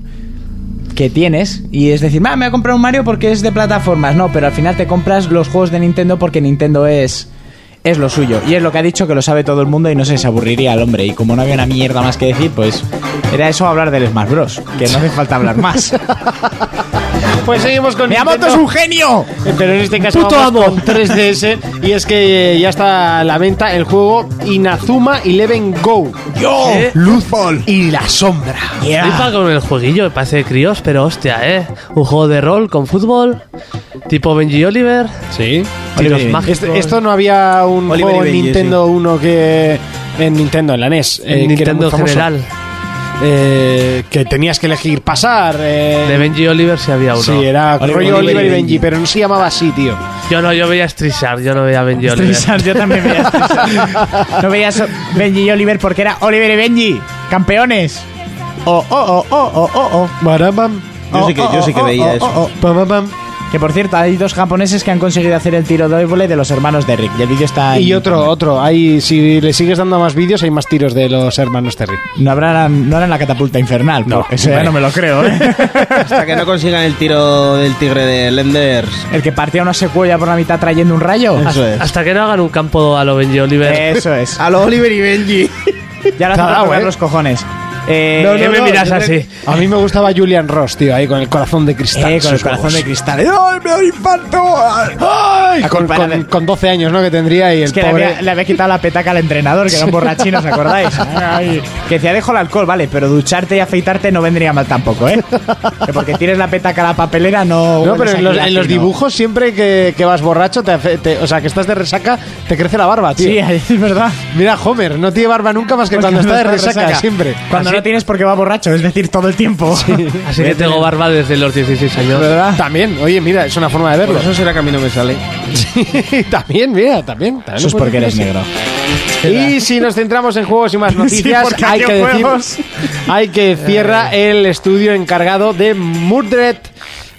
que tienes y es decir, "Ah, me voy a comprar un Mario porque es de plataformas. No, pero al final te compras los juegos de Nintendo porque Nintendo es es lo suyo y es lo que ha dicho que lo sabe todo el mundo y no sé, se aburriría el hombre y como no había una mierda más que decir, pues era eso hablar del Smash Bros, que no hace falta hablar más.
Pues seguimos con
Miyamoto es
Nintendo.
un genio.
Eh, Pero en este caso vamos con 3DS y es que eh, ya está a la venta el juego Inazuma Eleven Go.
Yo,
¿Eh?
Luzball.
Y la sombra.
Flipa con el jueguillo, parece de críos, pero hostia, ¿eh? Un juego de rol con fútbol, tipo Benji Oliver,
Sí.
tiros
Oliver y Benji.
mágicos.
Este- esto no había un
Oliver
juego
y
en
Benji,
Nintendo 1 que. En Nintendo, en la NES. eh, que
en
era
Nintendo
muy
en
famoso.
general.
Eh, que tenías que elegir pasar. eh,
De Benji Oliver sí había uno.
Sí, era
Oliver-
rollo
Oliver y
Oliver y
Benji.
Benji, pero no se llamaba así, tío.
Yo no, yo veía a Street yo no veía a Benji Oliver.
Streisand, yo también veía Streisand. No veías Benji y Oliver porque era Oliver y Benji, campeones. Oh, oh, oh, oh, oh, oh, oh.
Barabam, Oh,
Yo sí que- yo sí que veía eso.
pamamam.
Que por cierto, hay dos japoneses que han conseguido hacer el tiro de vole de los hermanos de Rick. Y el vídeo está.
Y
en
otro,
internet.
otro. Hay, si le sigues dando más vídeos, hay más tiros de los hermanos Terry.
No habrán, no harán la catapulta infernal. No, eso ya no me lo creo, ¿eh?
Hasta que no consigan el tiro del tigre de Lenders.
El que partía una secuela por la mitad trayendo un rayo.
Eso es.
Hasta que no hagan un campo a lo Benji Oliver.
Eso es. Ah,
A lo Oliver y Benji.
Ya lo hacen
Tarao,
para tocar
¿eh?
los cojones. Eh,
¿Qué me miras
yo
así?
creo- A mí me gustaba Julian Ross, tío, ahí con el corazón de cristal.
eh, con el
sus
corazón
huevos.
de cristal. ¡Ay, me da un infarto! ¡Ay!
Ah, con,
Culpa
con-
era de-
con 12 años, ¿no? Que tendría y el
Es que le
pobre.
había, le había quitado la petaca al entrenador, que era un borrachino, ¿os acordáis? Ay, que decía, dejo el alcohol, vale, pero ducharte y afeitarte no vendría mal tampoco, ¿eh? Que porque tienes la petaca a la papelera no...
No,
hueles
pero
aquí
en los, en
latino.
los dibujos siempre que, que vas borracho, te, hace- te- o sea, que estás de resaca, te crece la barba, tío.
Sí, es verdad.
Mira, Homer, no tiene barba nunca más que cuando está de resaca, siempre.
Cuando no tienes porque va borracho, es decir, todo el tiempo.
Así que tengo barba desde los 16 años.
También, oye, mira, es una forma de verlo.
Pues Eso será que a mí no me sale.
Sí, también, mira, también. también
Eso es
puede
porque eres
ser.
negro.
Y si nos centramos en juegos y más noticias,
porque
hay
aquí
que decir,
juegos. Eh.
hay que cierra el estudio encargado de Murdered.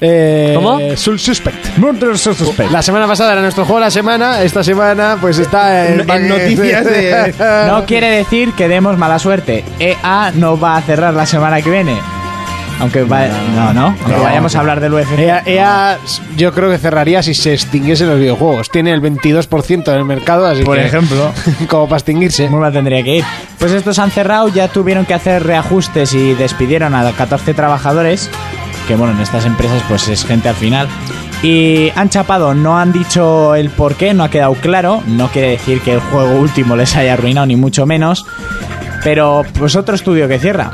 eh,
¿Cómo?
Soul Suspect.
Murder Suspect.
La semana pasada era nuestro juego de la semana, esta semana pues está en,
En noticias de-
No quiere decir que demos mala suerte. EA no va a cerrar la semana que viene. Aunque va... No, no. Aunque vayamos a hablar del UFC.
EA, EA, yo creo que cerraría si se extinguiesen los videojuegos. Tiene el 22% del mercado, así
Por
que-
ejemplo.
como para extinguirse.
Murba tendría que ir. Pues estos han cerrado, ya tuvieron que hacer reajustes y despidieron a 14 trabajadores, que bueno, en estas empresas pues es gente al final. Y han chapado, no han dicho el por qué, no ha quedado claro, no quiere decir que el juego último les haya arruinado ni mucho menos, pero pues otro estudio que cierra.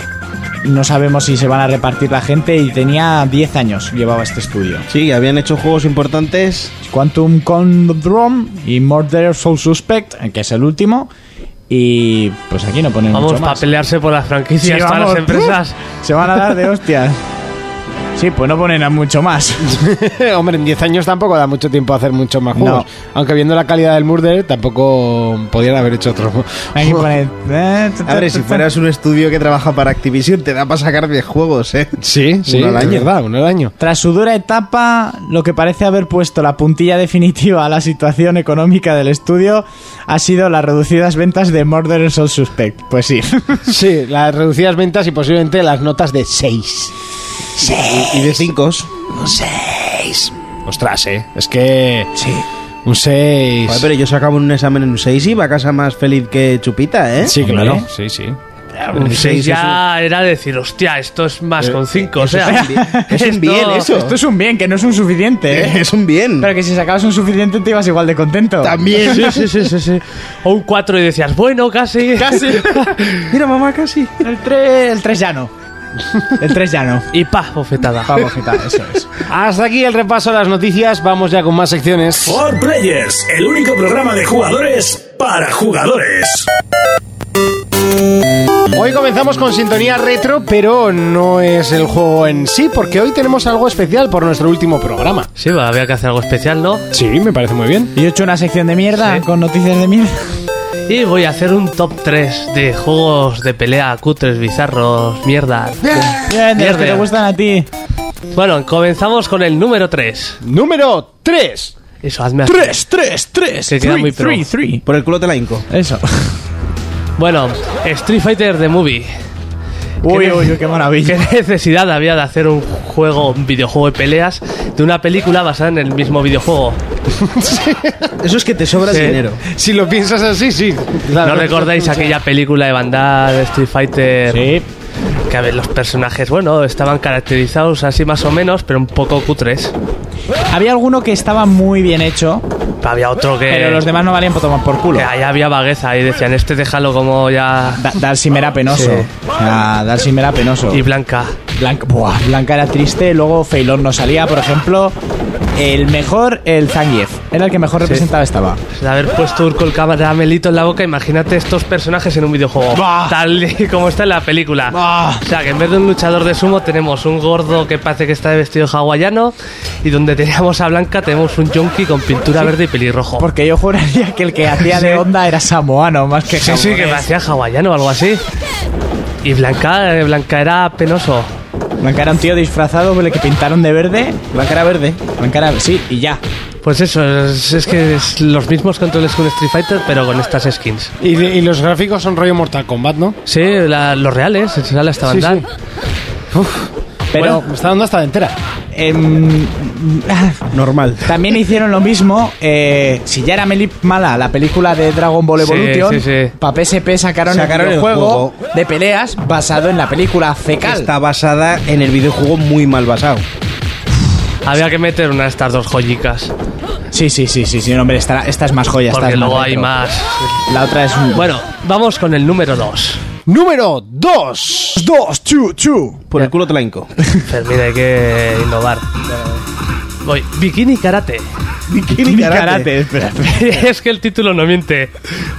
no sabemos si se van a repartir la gente y tenía 10 años llevaba este estudio.
Sí, habían hecho juegos importantes.
Quantum Condrom y Murder Soul Suspect, que es el último. Y pues aquí no ponemos
Vamos
mucho
a
más.
pelearse por las franquicias
Sí,
para las
vamos. Uh.
empresas.
Se van a dar de hostias. Sí, pues no ponen a mucho más.
Hombre, en 10 años tampoco da mucho tiempo a hacer muchos más
No.
juegos. Aunque viendo la calidad del Murder, tampoco podían haber hecho otro.
Hay que poner. eh, ta, ta,
A ver, si
ta, ta.
fueras un estudio que trabaja para Activision, te da para sacar 10 juegos, ¿eh?
Sí, sí,
al
es
año.
verdad, uno al año.
Tras su dura etapa, lo que parece haber puesto la puntilla definitiva a la situación económica del estudio ha sido las reducidas ventas de Murder Soul Suspect. Pues sí.
Sí, las reducidas ventas y posiblemente las notas de 6.
Y de 5.
Ostras, eh. Es que. Sí. Un 6.
Joder, pero yo sacaba un examen en un 6 y iba a casa más feliz que Chupita, ¿eh?
Sí,
Hombre.
claro. Sí, sí.
Un
Sí,
seis
sí,
Pues ya era decir, hostia, esto es más con 5. O
eso
sea,
es un bien- es un bien, eso.
Esto es un bien, que no es un suficiente, ¿eh?
Es un bien.
Pero que si sacabas un suficiente te ibas igual de contento.
También.
Sí, sí, sí, sí, sí. O un 4 y decías, bueno, casi.
Casi.
Mira, mamá, casi.
El 3 el tres ya no. El 3 ya no.
Y pa, bofetada.
Vamos, qué tal, eso es.
Hasta aquí el repaso de las noticias. Vamos ya con más secciones.
For Players, el único programa de jugadores para jugadores.
Hoy comenzamos con sintonía retro, pero no es el juego en sí, porque hoy tenemos algo especial por nuestro último programa.
Sí, va, había que hacer algo especial, ¿no?
Sí, me parece muy bien.
Yo he hecho una sección de mierda
Sí.
con noticias de mierda.
Y voy a hacer un top 3 de juegos de pelea cutres, bizarros, mierda.
Bien, de los que
Mierda.
te gustan a ti.
Bueno, comenzamos con el número 3.
Número 3.
Eso, hazme así.
3, 3, 3.
Que queda muy pro.
3, 3.
Por el culo te la inco.
Eso.
Bueno, Street Fighter The Movie.
Uy,
ne-
uy, uy, qué
¿Qué
maravilla.
necesidad había de hacer un juego, un videojuego de peleas de una película basada en el mismo videojuego?
Eso es que te sobra
Sí.
dinero.
Si lo piensas así, sí. Claro.
¿No recordáis aquella película de Bandar, Street Fighter? Que a ver, los personajes, bueno, estaban caracterizados así más o menos, pero un poco cutres.
Había alguno que estaba muy bien hecho,
Había otro que.
pero los demás no valían por tomar por culo.
que ahí había vagueza y decían, este déjalo como ya.
Da- Dalsim era penoso.
Sí.
O sea, Dalsim era penoso.
Y Blanca.
Blanca, buah, Blanca era triste, luego Feilón no salía, por ejemplo. El mejor, el Zangief. Era el que mejor representaba estaba.
De haber puesto Urco el caramelito en la boca, imagínate estos personajes en un videojuego.
Bah.
Tal y como está en la película.
Bah.
O sea, que en vez de un luchador de sumo, tenemos un gordo que parece que está de vestido hawaiano. Y donde teníamos a Blanca, tenemos un yonki con pintura verde y pelirrojo.
Porque yo juraría que el que hacía de
Sí.
onda era samoano, más que
Sí, sí, que
japonés.
parecía hawaiano o algo así. Y Blanca, eh, Blanca era penoso.
Blanca era un tío disfrazado que le que pintaron de verde. Blanca era verde. Blanca era... Sí, y ya.
Pues eso, es, es que es los mismos controles que un Street Fighter, pero con estas skins.
Y, y los gráficos son rollo Mortal Kombat, ¿no?
Sí, la- los reales, en general estaban
Sí,
tal.
sí.
Pero...
Bueno, me está dando hasta de entera.
em,
Normal.
También hicieron lo mismo. eh, si ya era meli- mala la película de Dragon Ball
Sí,
Evolution,
sí, sí.
para PSP sacaron,
Sacaron
el
el
juego
juego.
de peleas basado en la película fecal.
Está basada en el videojuego muy mal basado.
Había que meter una de estas dos joyicas.
Sí, sí, sí, sí, sí, no, hombre, esta, esta es más joya. esta
Porque
es
luego hay
retro.
más.
La otra es un.
Bueno, vamos con el número 2.
Número 2.
dos, chu, chu.
Por el culo te la inco.
Fermín, hay que innovar. Voy, Bikini Karate.
Bikini karate. espera, espera.
es que el título no miente.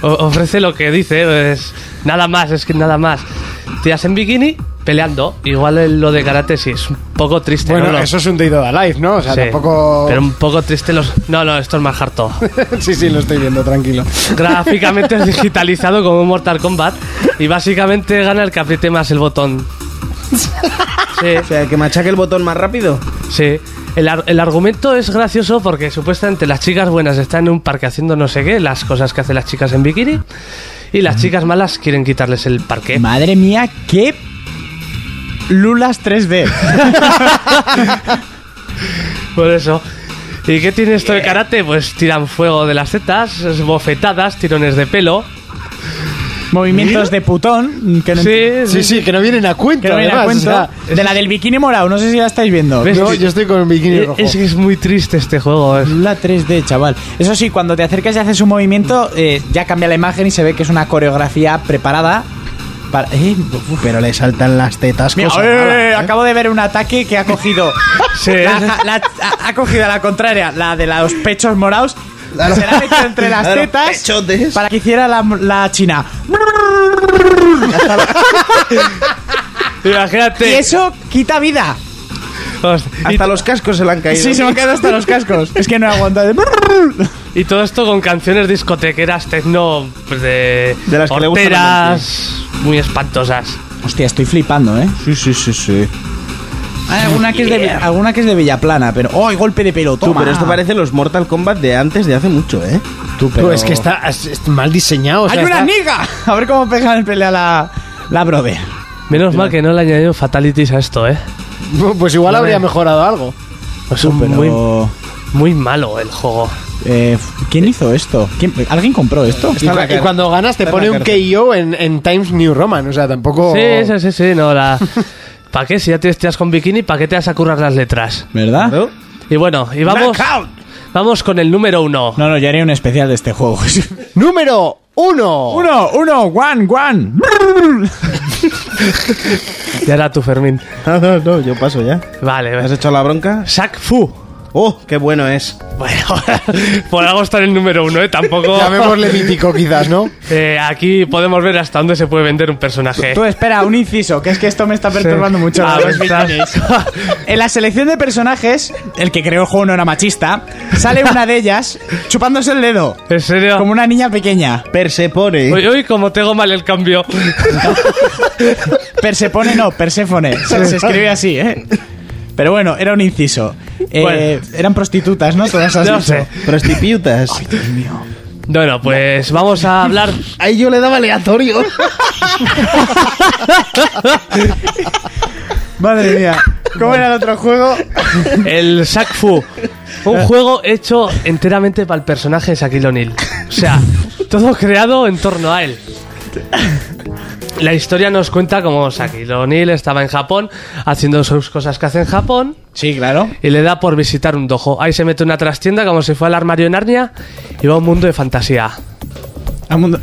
O- ofrece lo que dice, pues, nada más, es que nada más. Tías en bikini peleando. Igual el- lo de karate sí, es un poco triste.
Bueno,
¿no? Lo-
eso es un Deido de Alive, ¿no? O sea,
sí.
tampoco.
Pero un poco triste los. No, no, esto es más harto.
sí, sí, lo estoy viendo, tranquilo.
Gráficamente es digitalizado como un Mortal Kombat. Y básicamente gana el que apriete más el botón. Sí.
O sea, el que machaque el botón más rápido.
Sí. El, ar- el argumento es gracioso porque supuestamente las chicas buenas están en un parque haciendo no sé qué, las cosas que hacen las chicas en bikini, y las chicas malas quieren quitarles el parque.
Madre mía, qué. Lulas 3D.
Por eso. ¿Y qué tiene
eh,
esto de karate? Pues tiran fuego de las tetas, es bofetadas, tirones de pelo.
Movimientos de putón. Que no entiendo.
Sí,
Sí, sí, que no vienen a cuento.
Que no viene a
además,
cuento.
o sea,
de la del bikini morado, no sé si la estáis viendo.
¿Ves?
no, yo estoy con un bikini
Eh,
rojo. Mm.
Es que es muy triste este juego. es-
La 3D, chaval. Eso sí, cuando te acercas y haces un movimiento, eh, ya cambia la imagen y se ve que es una coreografía preparada para. eh, uf.
Pero le saltan las tetas.
Mira,
cosa
eh,
mala, ¿eh?
acabo de ver un ataque que ha cogido. la- la- ha, ha cogido a la contraria, la de los pechos morados. Se la ha metido entre las
La de los
tetas
pechotes.
para que hiciera la, la china. Y
Imagínate.
eso quita vida.
Hostia, y-
Hasta los cascos se le han caído.
Sí, se me han quedado hasta los cascos. Es que no he aguantado.
Y, todo esto con canciones discotequeras, techno, pues, de.
De las que le gustan a Monty.
horteras, muy espantosas.
Hostia, estoy flipando, ¿eh?
Sí, sí, sí, sí.
Hay alguna que, es de, alguna que es de Villaplana, pero. ¡Oh, el golpe de pelo!
Tú, pero esto parece los Mortal Kombat de antes de hace mucho, ¿eh?
Tú,
Tú, es que está, es- es mal diseñado. o sea,
¡Hay una
está-
amiga! A ver cómo pega el pelea la, la brother.
Menos mal que no le añadieron fatalities a esto, eh.
Pues igual habría mejorado algo.
Es un
Pero,
muy, muy malo el juego.
eh, ¿Quién hizo esto? ¿Quién- ¿Alguien compró esto?
Y, cu- y cuando ganas te
Está en
pone
la
un
cárcel.
KO en, en Times New Roman. O sea,
Oh.
tampoco.
Sí, sí, sí, sí, no, la... ¿Para qué? Si ya te estiras con bikini, ¿para qué te vas a currar las letras?
¿Verdad?
¿No?
Y bueno, y vamos... Vamos con el número uno.
No, no, yo haría un especial de este juego.
Número uno.
uno, uno, one, one.
Y ahora tú, Fermín.
No, no, no, yo paso ya.
Vale,
¿Me has
vas.
echado la bronca?
Shaq Fu.
¡Oh, qué bueno es!
Bueno, por algo está en el número uno, ¿eh? Tampoco...
Llamémosle mítico, quizás, ¿no?
Eh, aquí podemos ver hasta dónde se puede vender un personaje.
Tú espera, un inciso, que es que esto me está perturbando mucho.
Ah,
pues
Los
¿verdad?
bikinis. en la selección de personajes, el que creó el juego no era machista, sale una de ellas chupándose el dedo,
¿En serio?
como una niña pequeña.
Persepone.
Uy, uy, como tengo mal el cambio.
Persepone no, Perséfone. Se, se escribe así, ¿eh? Pero bueno, era un inciso. Eh,
Bueno.
Eran prostitutas, ¿no? Todas esas.
No sé.
Prostitutas.
Bueno, pues vamos a hablar...
Ahí yo le daba aleatorio.
Madre mía. ¿Cómo era el otro juego?
El Shaq Fu.
Eh.
Un juego hecho enteramente para el personaje de Shaquille O'Neal. O sea, todo creado en torno a él. La historia nos cuenta cómo Shaquille O'Neal estaba en Japón haciendo sus cosas que hace en Japón
Sí, claro.
y le da por visitar un dojo. Ahí se mete una trastienda como si fuera al armario de Narnia y va a un mundo de fantasía.
A mundo-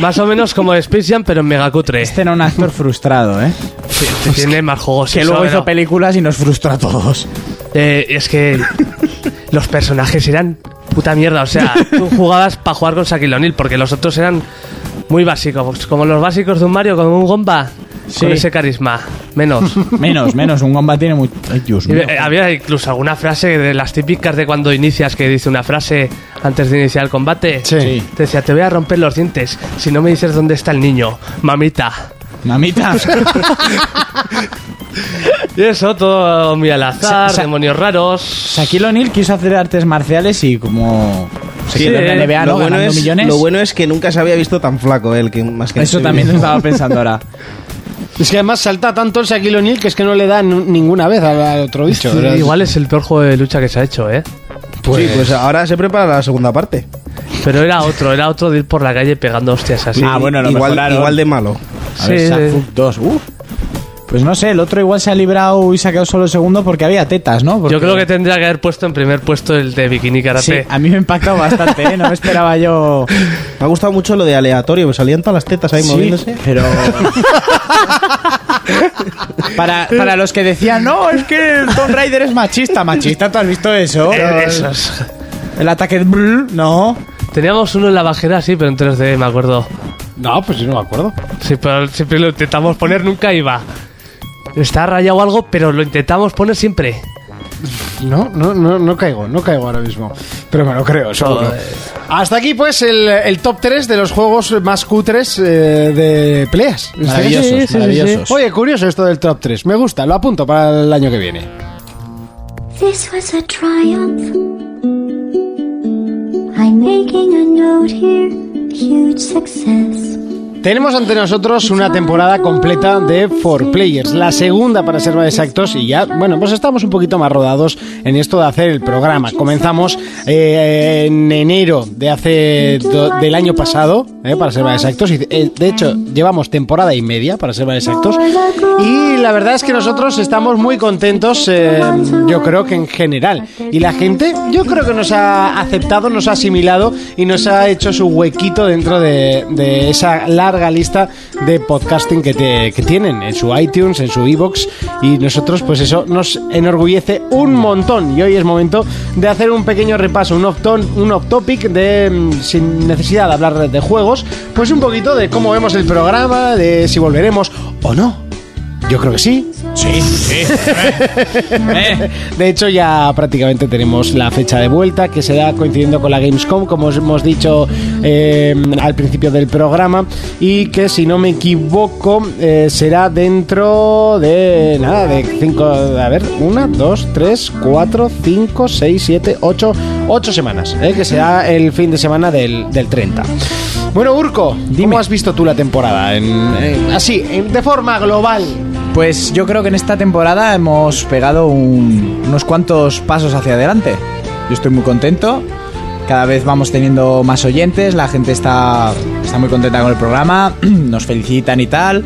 Más o menos como Space Jam, pero en megacutre.
Este era un actor frustrado, ¿eh?
Tiene más juegos.
Que
eso,
luego hizo
pero-
películas y nos frustró a todos.
Eh, es que los personajes eran puta mierda. O sea, tú jugabas para jugar con Shaquille O'Neal porque los otros eran muy básicos. Como los básicos de un Mario, como un Gomba. Con ese carisma. Menos.
Menos, menos. Un gomba tiene muy. Ay, Dios
Y,
mío.
eh, había incluso alguna frase de las típicas de cuando inicias que dice una frase antes de iniciar el combate.
Sí.
Te decía, te voy a romper los dientes si no me dices dónde está el niño. Mamita.
Mamita.
Y eso, todo muy al
Sa-
azar,
sa-
demonios raros.
Shaquille O'Neal quiso hacer artes marciales y como. Se
Sí,
quedó en
eh,
la NBA,
lo,
¿no?
bueno
Ganando
es,
millones.
lo bueno es que nunca se había visto tan flaco él, que más que
Eso también lo estaba pensando ahora.
Es que además salta tanto el Shaquille O'Neal que es que no le dan n- ninguna vez al, al otro bicho.
Sí,
¿verdad?
igual es el peor juego de lucha que se ha hecho, ¿eh?
Pues... Sí, pues ahora se prepara la segunda parte.
Pero era otro, era otro de ir por la calle pegando hostias así.
Ah, bueno, lo
igual,
mejoraron.
igual de malo.
A ver,
Sí,
Shaq
sí.
Fu 2. Uh. Pues no sé, el otro igual se ha librado y se ha quedado solo segundo porque había tetas, ¿no? Porque-
Yo creo que tendría que haber puesto en primer puesto el de Bikini
Sí,
Karate.
a mí me ha impactado bastante, ¿eh? No me esperaba yo.
Me ha gustado mucho lo de aleatorio, pues salían todas las tetas ahí
Sí,
moviéndose.
Pero. para, para los que decían, no, es que el Tomb Raider es machista. Machista, ¿tú has visto eso?
Eh, esos.
El ataque. de brrr, No.
Teníamos uno en la bajera, sí, pero en 3D, me acuerdo.
No, pues yo no me acuerdo.
Sí, pero siempre lo intentamos poner, nunca iba. Está rayado algo, pero lo intentamos poner siempre.
No, no, no, no caigo, no caigo ahora mismo. Pero me lo creo, seguro. Hasta aquí, pues, el, el top 3 de los juegos más cutres eh, de peleas.
Maravillosos,
Sí, sí, sí,
maravillosos.
sí. Oye, curioso esto del top 3. Me gusta, lo apunto para el año que viene.
This was a triumph. I'm making a note here. Huge success.
Tenemos ante nosotros una temporada completa de Four Players, la segunda para ser más exactos y ya, bueno, pues estamos un poquito más rodados en esto de hacer el programa. Comenzamos eh, en enero de hace do- del año pasado, eh, para ser más exactos, y eh, de hecho llevamos temporada y media para ser más exactos y la verdad es que nosotros estamos muy contentos, eh, yo creo que en general y la gente, yo creo que nos ha aceptado, nos ha asimilado y nos ha hecho su huequito dentro de, de esa larga larga lista de podcasting que, te- que tienen en su iTunes, en su iBox y nosotros pues eso nos enorgullece un montón y hoy es momento de hacer un pequeño repaso, un off, un off topic de mm, sin necesidad de hablar de juegos, pues un poquito de cómo vemos el programa, de si volveremos o no. Yo creo que sí.
Sí, sí. Eh,
De hecho, ya prácticamente tenemos la fecha de vuelta que se da coincidiendo con la Gamescom, como os hemos dicho eh, al principio del programa, y que si no me equivoco eh, será dentro de nada de cinco, a ver, una, dos, tres, cuatro, cinco, seis, siete, ocho, ocho semanas, eh, que será el fin de semana del, del 30. Bueno, Urco, ¿cómo has visto tú la temporada? En- en- así, en- de forma global.
Pues yo creo que en esta temporada hemos pegado un- unos cuantos pasos hacia adelante. Yo estoy muy contento. Cada vez vamos teniendo más oyentes, la gente está, está muy contenta con el programa, nos felicitan y tal.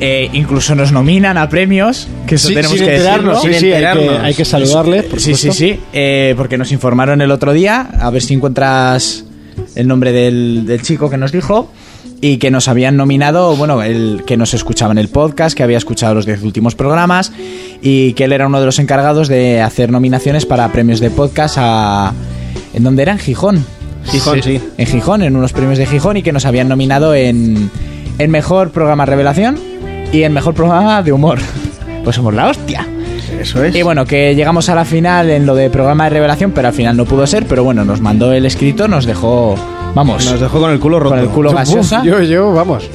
Eh, incluso nos nominan a premios, que eso
Sí,
tenemos
sin
que decirlo.
enterarnos, sí, sí, hay que, hay que saludarle. por
Sí, sí,
supuesto.
sí, eh, porque nos informaron el otro día, a ver si encuentras el nombre del, del chico que nos dijo, y que nos habían nominado, bueno, el que nos escuchaba en el podcast, que había escuchado los 10 últimos programas, y que él era uno de los encargados de hacer nominaciones para premios de podcast a... ¿En dónde era? En Gijón.
Gijón, sí.
En Gijón, en unos premios de Gijón, y que nos habían nominado en, en Mejor Programa Revelación y en Mejor Programa de Humor. Pues somos la hostia.
Eso es.
Y bueno, que llegamos a la final en lo de programa de revelación, pero al final no pudo ser. Pero bueno, nos mandó el escrito, nos dejó. Vamos.
Nos dejó con el culo roto.
con el culo gaseosa.
Yo, yo, vamos.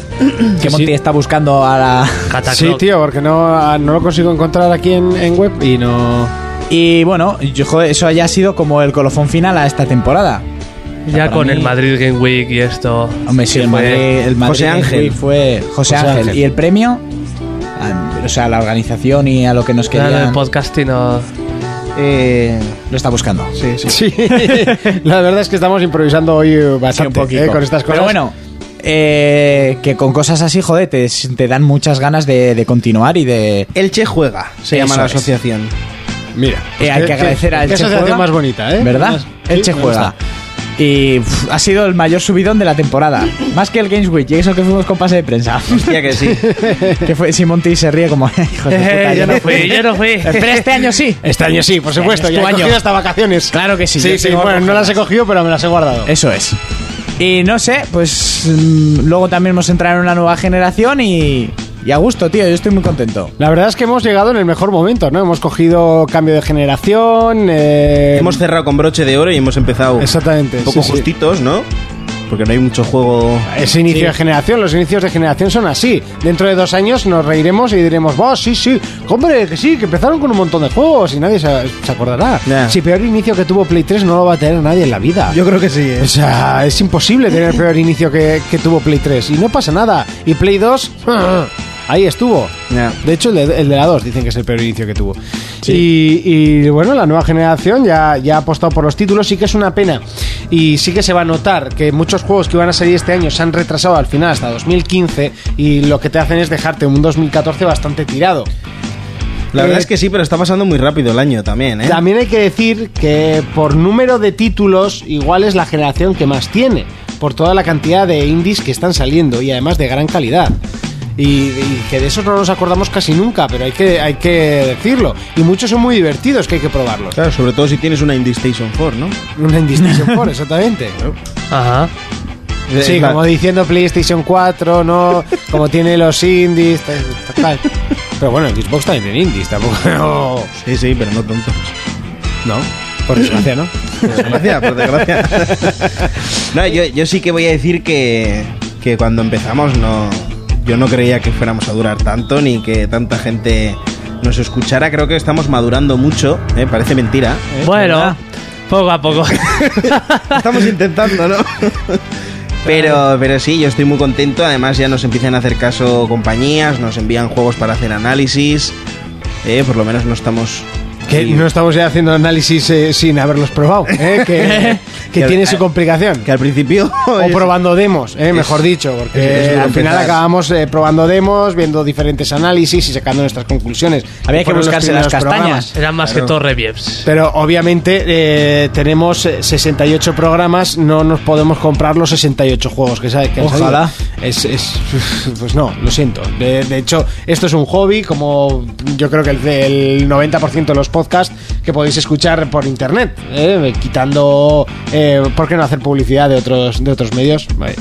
que Monty está buscando a la.
Sí,
Cataclop.
tío, porque no, ah, no lo consigo encontrar aquí en, en web y no.
Y bueno, yo, joder, eso haya sido como el colofón final a esta temporada.
Ya
para
con el
mí-
Madrid Game Week y esto.
Hombre, sí,
que
el
fue-
Madrid, el Madrid
José Ángel.
fue José,
José
Ángel.
Ángel.
¿Y el premio? Ah, O sea, a la organización y a lo que nos
Claro,
querían.
el podcasting. no-
Eh,
Lo está buscando.
sí, sí.
Sí, la verdad es que estamos improvisando hoy bastante eh, con estas cosas.
Pero bueno, eh, que con cosas así, joder, te, te dan muchas ganas de, de continuar y de.
Elche juega, se
Eso
llama la
es.
asociación.
mira,
Eh, hay que agradecer al
Qué
Che
asociación
Juega.
más bonita, ¿eh?
¿Verdad?
Sí,
Elche
me
juega.
gusta.
Y pff, ha sido el mayor subidón de la temporada. Más que el Games Week, y eso que fuimos con pase de prensa.
Ya que sí.
que fue Simon T se ríe como, hijo de puta,
Eh, yo no fui, yo no fui.
Pero este año sí.
Este año sí, por supuesto,
Es
ya
tu
he
año.
cogido hasta vacaciones.
Claro que sí.
Sí,
yo
sí,
tengo Eh.
bueno, no las he
cogidas.
cogido, pero me las he guardado.
Eso es. Y no sé, pues mm, luego también hemos entrado en una nueva generación y, y a gusto, tío. Yo estoy muy contento.
La verdad es que hemos llegado en el mejor momento, ¿no? Hemos cogido cambio de generación. eh,
hemos cerrado con broche de oro y hemos empezado
Exactamente,
un poco
sí, sí.
justitos, ¿no? Porque no hay mucho juego.
Ese inicio de generación, los inicios de generación son así. Dentro de dos años nos reiremos y diremos, oh, sí, sí, hombre, que sí, que empezaron con un montón de juegos y nadie se, se acordará.
Ya.
Si peor inicio que tuvo Play 3 no lo va a tener nadie en la vida.
creo que sí, ¿eh?
O sea, es imposible tener el peor inicio que, que tuvo Play 3 y no pasa nada. Y Play 2, ahí estuvo.
Ya.
De hecho, el de, el de la 2 dicen que es el peor inicio que tuvo. Y, y, bueno, la nueva generación ya, ya ha apostado por los títulos, sí que es una pena. Y sí que se va a notar que muchos juegos que iban a salir este año se han retrasado al final hasta 2015 y lo que te hacen es dejarte un 2014 bastante tirado.
La
Eh,
verdad es que sí, pero está pasando muy rápido el año también, ¿eh?
También hay que decir que por número de títulos, igual es la generación que más tiene, por toda la cantidad de indies que están saliendo y además de gran calidad. Y, y que de esos no nos acordamos casi nunca, pero hay que, hay que decirlo. Y muchos son muy divertidos que hay que probarlos.
Claro, sobre todo si tienes una Indie Station 4, ¿no?
Una Indie Station 4, exactamente.
Ajá.
Sí,
Eh, la-
como diciendo PlayStation 4, ¿no? Como tiene los indies, tal, tal. Pero bueno, el Xbox también tiene indies, tampoco. No,
Sí, sí, pero no tontos.
no, por desgracia, ¿no?
Por desgracia, por desgracia. no, yo, yo sí que voy a decir que, que cuando empezamos no. Yo no creía que fuéramos a durar tanto ni que tanta gente nos escuchara. Creo que estamos madurando mucho, ¿eh? parece mentira.
Bueno, poco a poco.
Estamos intentando, ¿no? Pero, pero sí, yo estoy muy contento. Además, ya nos empiezan a hacer caso compañías, nos envían juegos para hacer análisis. Eh, por lo menos no estamos.
Que no estamos ya haciendo análisis eh, sin haberlos probado, ¿eh? que, que
Que-
tiene su complicación.
Que al principio.
O
es-
probando demos, eh, mejor dicho, porque
es duro
al final
empezar.
acabamos eh, probando demos, viendo diferentes análisis y sacando nuestras conclusiones.
Había que
Fueron los
buscarse las
primeros programas.
castañas.
Eran más que todo reviews.
Pero obviamente eh, tenemos eh, 68 programas, no nos podemos comprar los 68 juegos que, sa- que han salido.
Ojalá.
Es, es- pues no, lo siento. De, de hecho, esto es un hobby, como yo creo que el, el 90% de los podcasts que podéis escuchar por internet, eh, quitando. eh, ¿Por qué no hacer publicidad de otros, de otros medios? Vale.